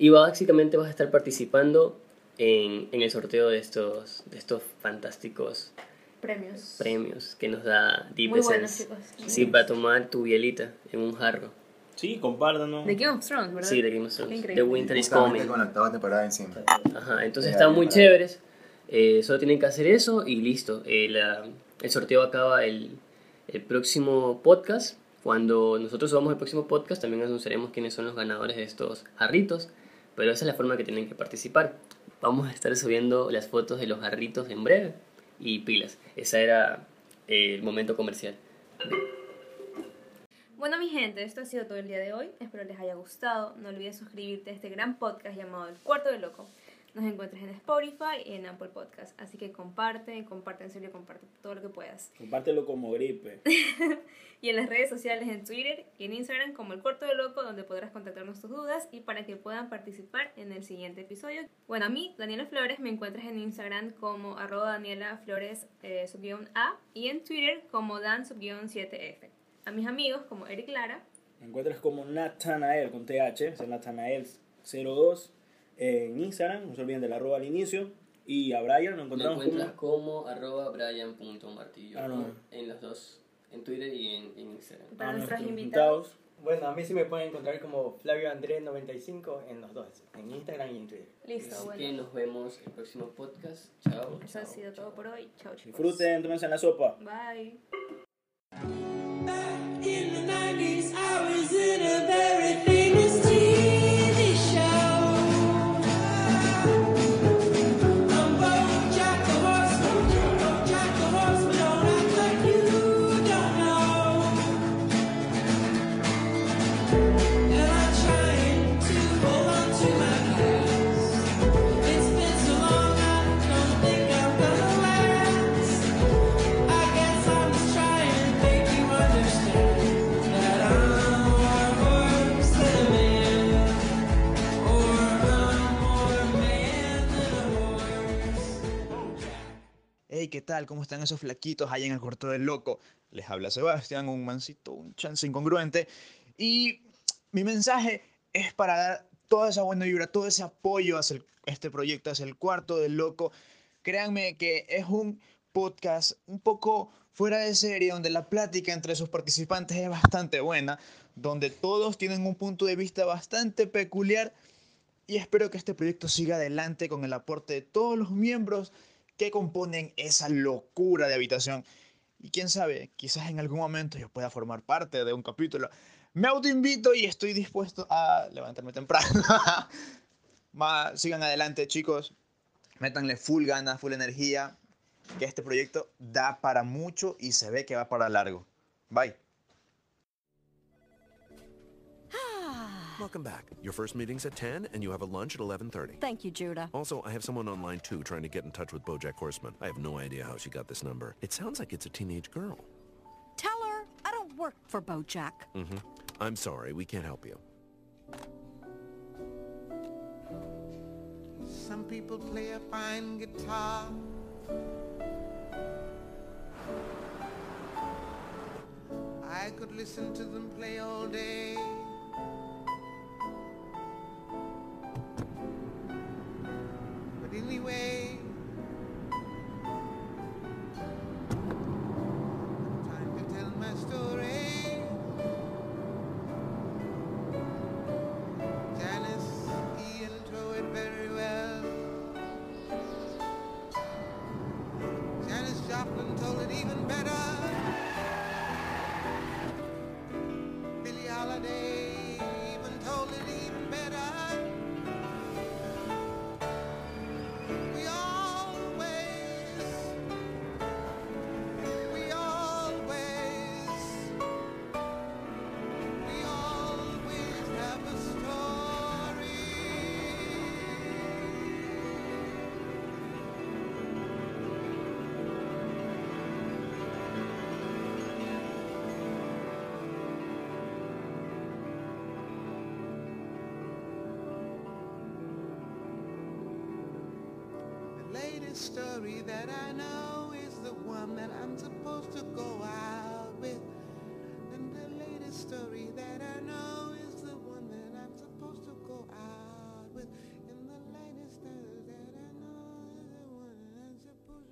Speaker 1: Y básicamente vas a estar participando en, en el sorteo de estos, de estos fantásticos
Speaker 2: Premios.
Speaker 1: premios que nos da Deep
Speaker 2: Muy buenos,
Speaker 1: Essence.
Speaker 2: chicos.
Speaker 1: Sí, para tomar tu bielita en un jarro.
Speaker 3: Sí, compártanos.
Speaker 2: De Game of Thrones, ¿verdad?
Speaker 1: Sí, de Game of Thrones.
Speaker 2: Increíble.
Speaker 1: The Winter is
Speaker 4: Justamente
Speaker 1: Coming.
Speaker 4: con la octava temporada en siempre.
Speaker 1: Ajá, entonces
Speaker 4: Eh,
Speaker 1: están
Speaker 4: ahí
Speaker 1: muy
Speaker 4: para-
Speaker 1: chéveres. Eh, solo tienen que hacer eso y listo. Eh, la- el sorteo acaba el, el próximo podcast. Cuando nosotros subamos el próximo podcast, también anunciaremos quiénes son los ganadores de estos jarritos. Pero esa es la forma que tienen que participar. Vamos a estar subiendo las fotos de los jarritos en breve y pilas. Ese era eh, el momento comercial.
Speaker 2: Bueno, mi gente, esto ha sido todo el día de hoy. Espero les haya gustado. No olvides suscribirte a este gran podcast llamado El Cuarto de Loco. Nos encuentras en Spotify y en Apple Podcast. Así que comparte, comparte en serio, comparte todo lo que puedas.
Speaker 3: Compártelo como gripe.
Speaker 2: Y en las redes sociales, en Twitter y en Instagram como El Cuarto de Loco, donde podrás contactarnos tus dudas y para que puedan participar en el siguiente episodio. Bueno, a mí, Daniela Flores, me encuentras en Instagram como arroba Daniela Flores eh, subguión A y en Twitter como Dan subguión 7F. A mis amigos como Eric Lara
Speaker 3: Me encuentras como Natanael con TH, es Natanael02 en Instagram, no se olviden del arroba al inicio. Y a Brian lo
Speaker 1: Lo
Speaker 3: encontramos
Speaker 1: encuentras
Speaker 3: como...
Speaker 1: como arroba brian.martillo
Speaker 3: Ah, no.
Speaker 1: en los dos, en Twitter y en, en Instagram.
Speaker 2: para
Speaker 3: a
Speaker 2: nuestros
Speaker 3: nuestros
Speaker 2: invitados.
Speaker 5: Bueno, a mí sí me pueden encontrar como Flavio Andrés 95 en los dos, en Instagram y en Twitter.
Speaker 2: Listo,
Speaker 1: Así
Speaker 3: Este,
Speaker 1: que
Speaker 2: bueno.
Speaker 1: nos vemos el próximo podcast. Chao.
Speaker 2: Eso ha
Speaker 1: chao,
Speaker 2: sido todo
Speaker 1: chao.
Speaker 2: por hoy. Chao, chicos.
Speaker 3: Disfruten, tómense la sopa.
Speaker 2: Bye.
Speaker 6: In the 90s, I was in a very famous TV show. tal? ¿Cómo están esos flaquitos allá en el corto del loco? Les habla Sebastián, un mancito, un chance incongruente. Y mi mensaje es para dar toda esa buena vibra, todo ese apoyo hacia el- este proyecto, hacia el cuarto del loco. Créanme que es un podcast un poco fuera de serie, donde la plática entre sus participantes es bastante buena, donde todos tienen un punto de vista bastante peculiar y espero que este proyecto siga adelante con el aporte de todos los miembros que componen esa locura de habitación. Y quién sabe, quizás en algún momento yo pueda formar parte de un capítulo. Me autoinvito y estoy dispuesto a levantarme temprano. Ma- Sigan adelante, chicos. Métanle full ganas, full energía. Que este proyecto da para mucho y se ve que va para largo. Bye.
Speaker 7: Welcome back. Your first meeting's at 10 and you have a lunch at 11:30.
Speaker 8: Thank you, Judah.
Speaker 7: Also, I have someone online too trying to get in touch with BoJack Horseman. I have no idea how she got this number. It sounds like it's a teenage girl.
Speaker 8: Tell her I don't work for Bojack.
Speaker 7: I'm sorry, we can't help you.
Speaker 9: Some people play a fine guitar. I could listen to them play all day. But anyway, time to tell my story. Janice Ian drew it very well. Janice Joplin told it even better. Billie Holiday even told it even better. We always, we always. We always have a story. The latest story that I know is the one that I'm supposed to go out.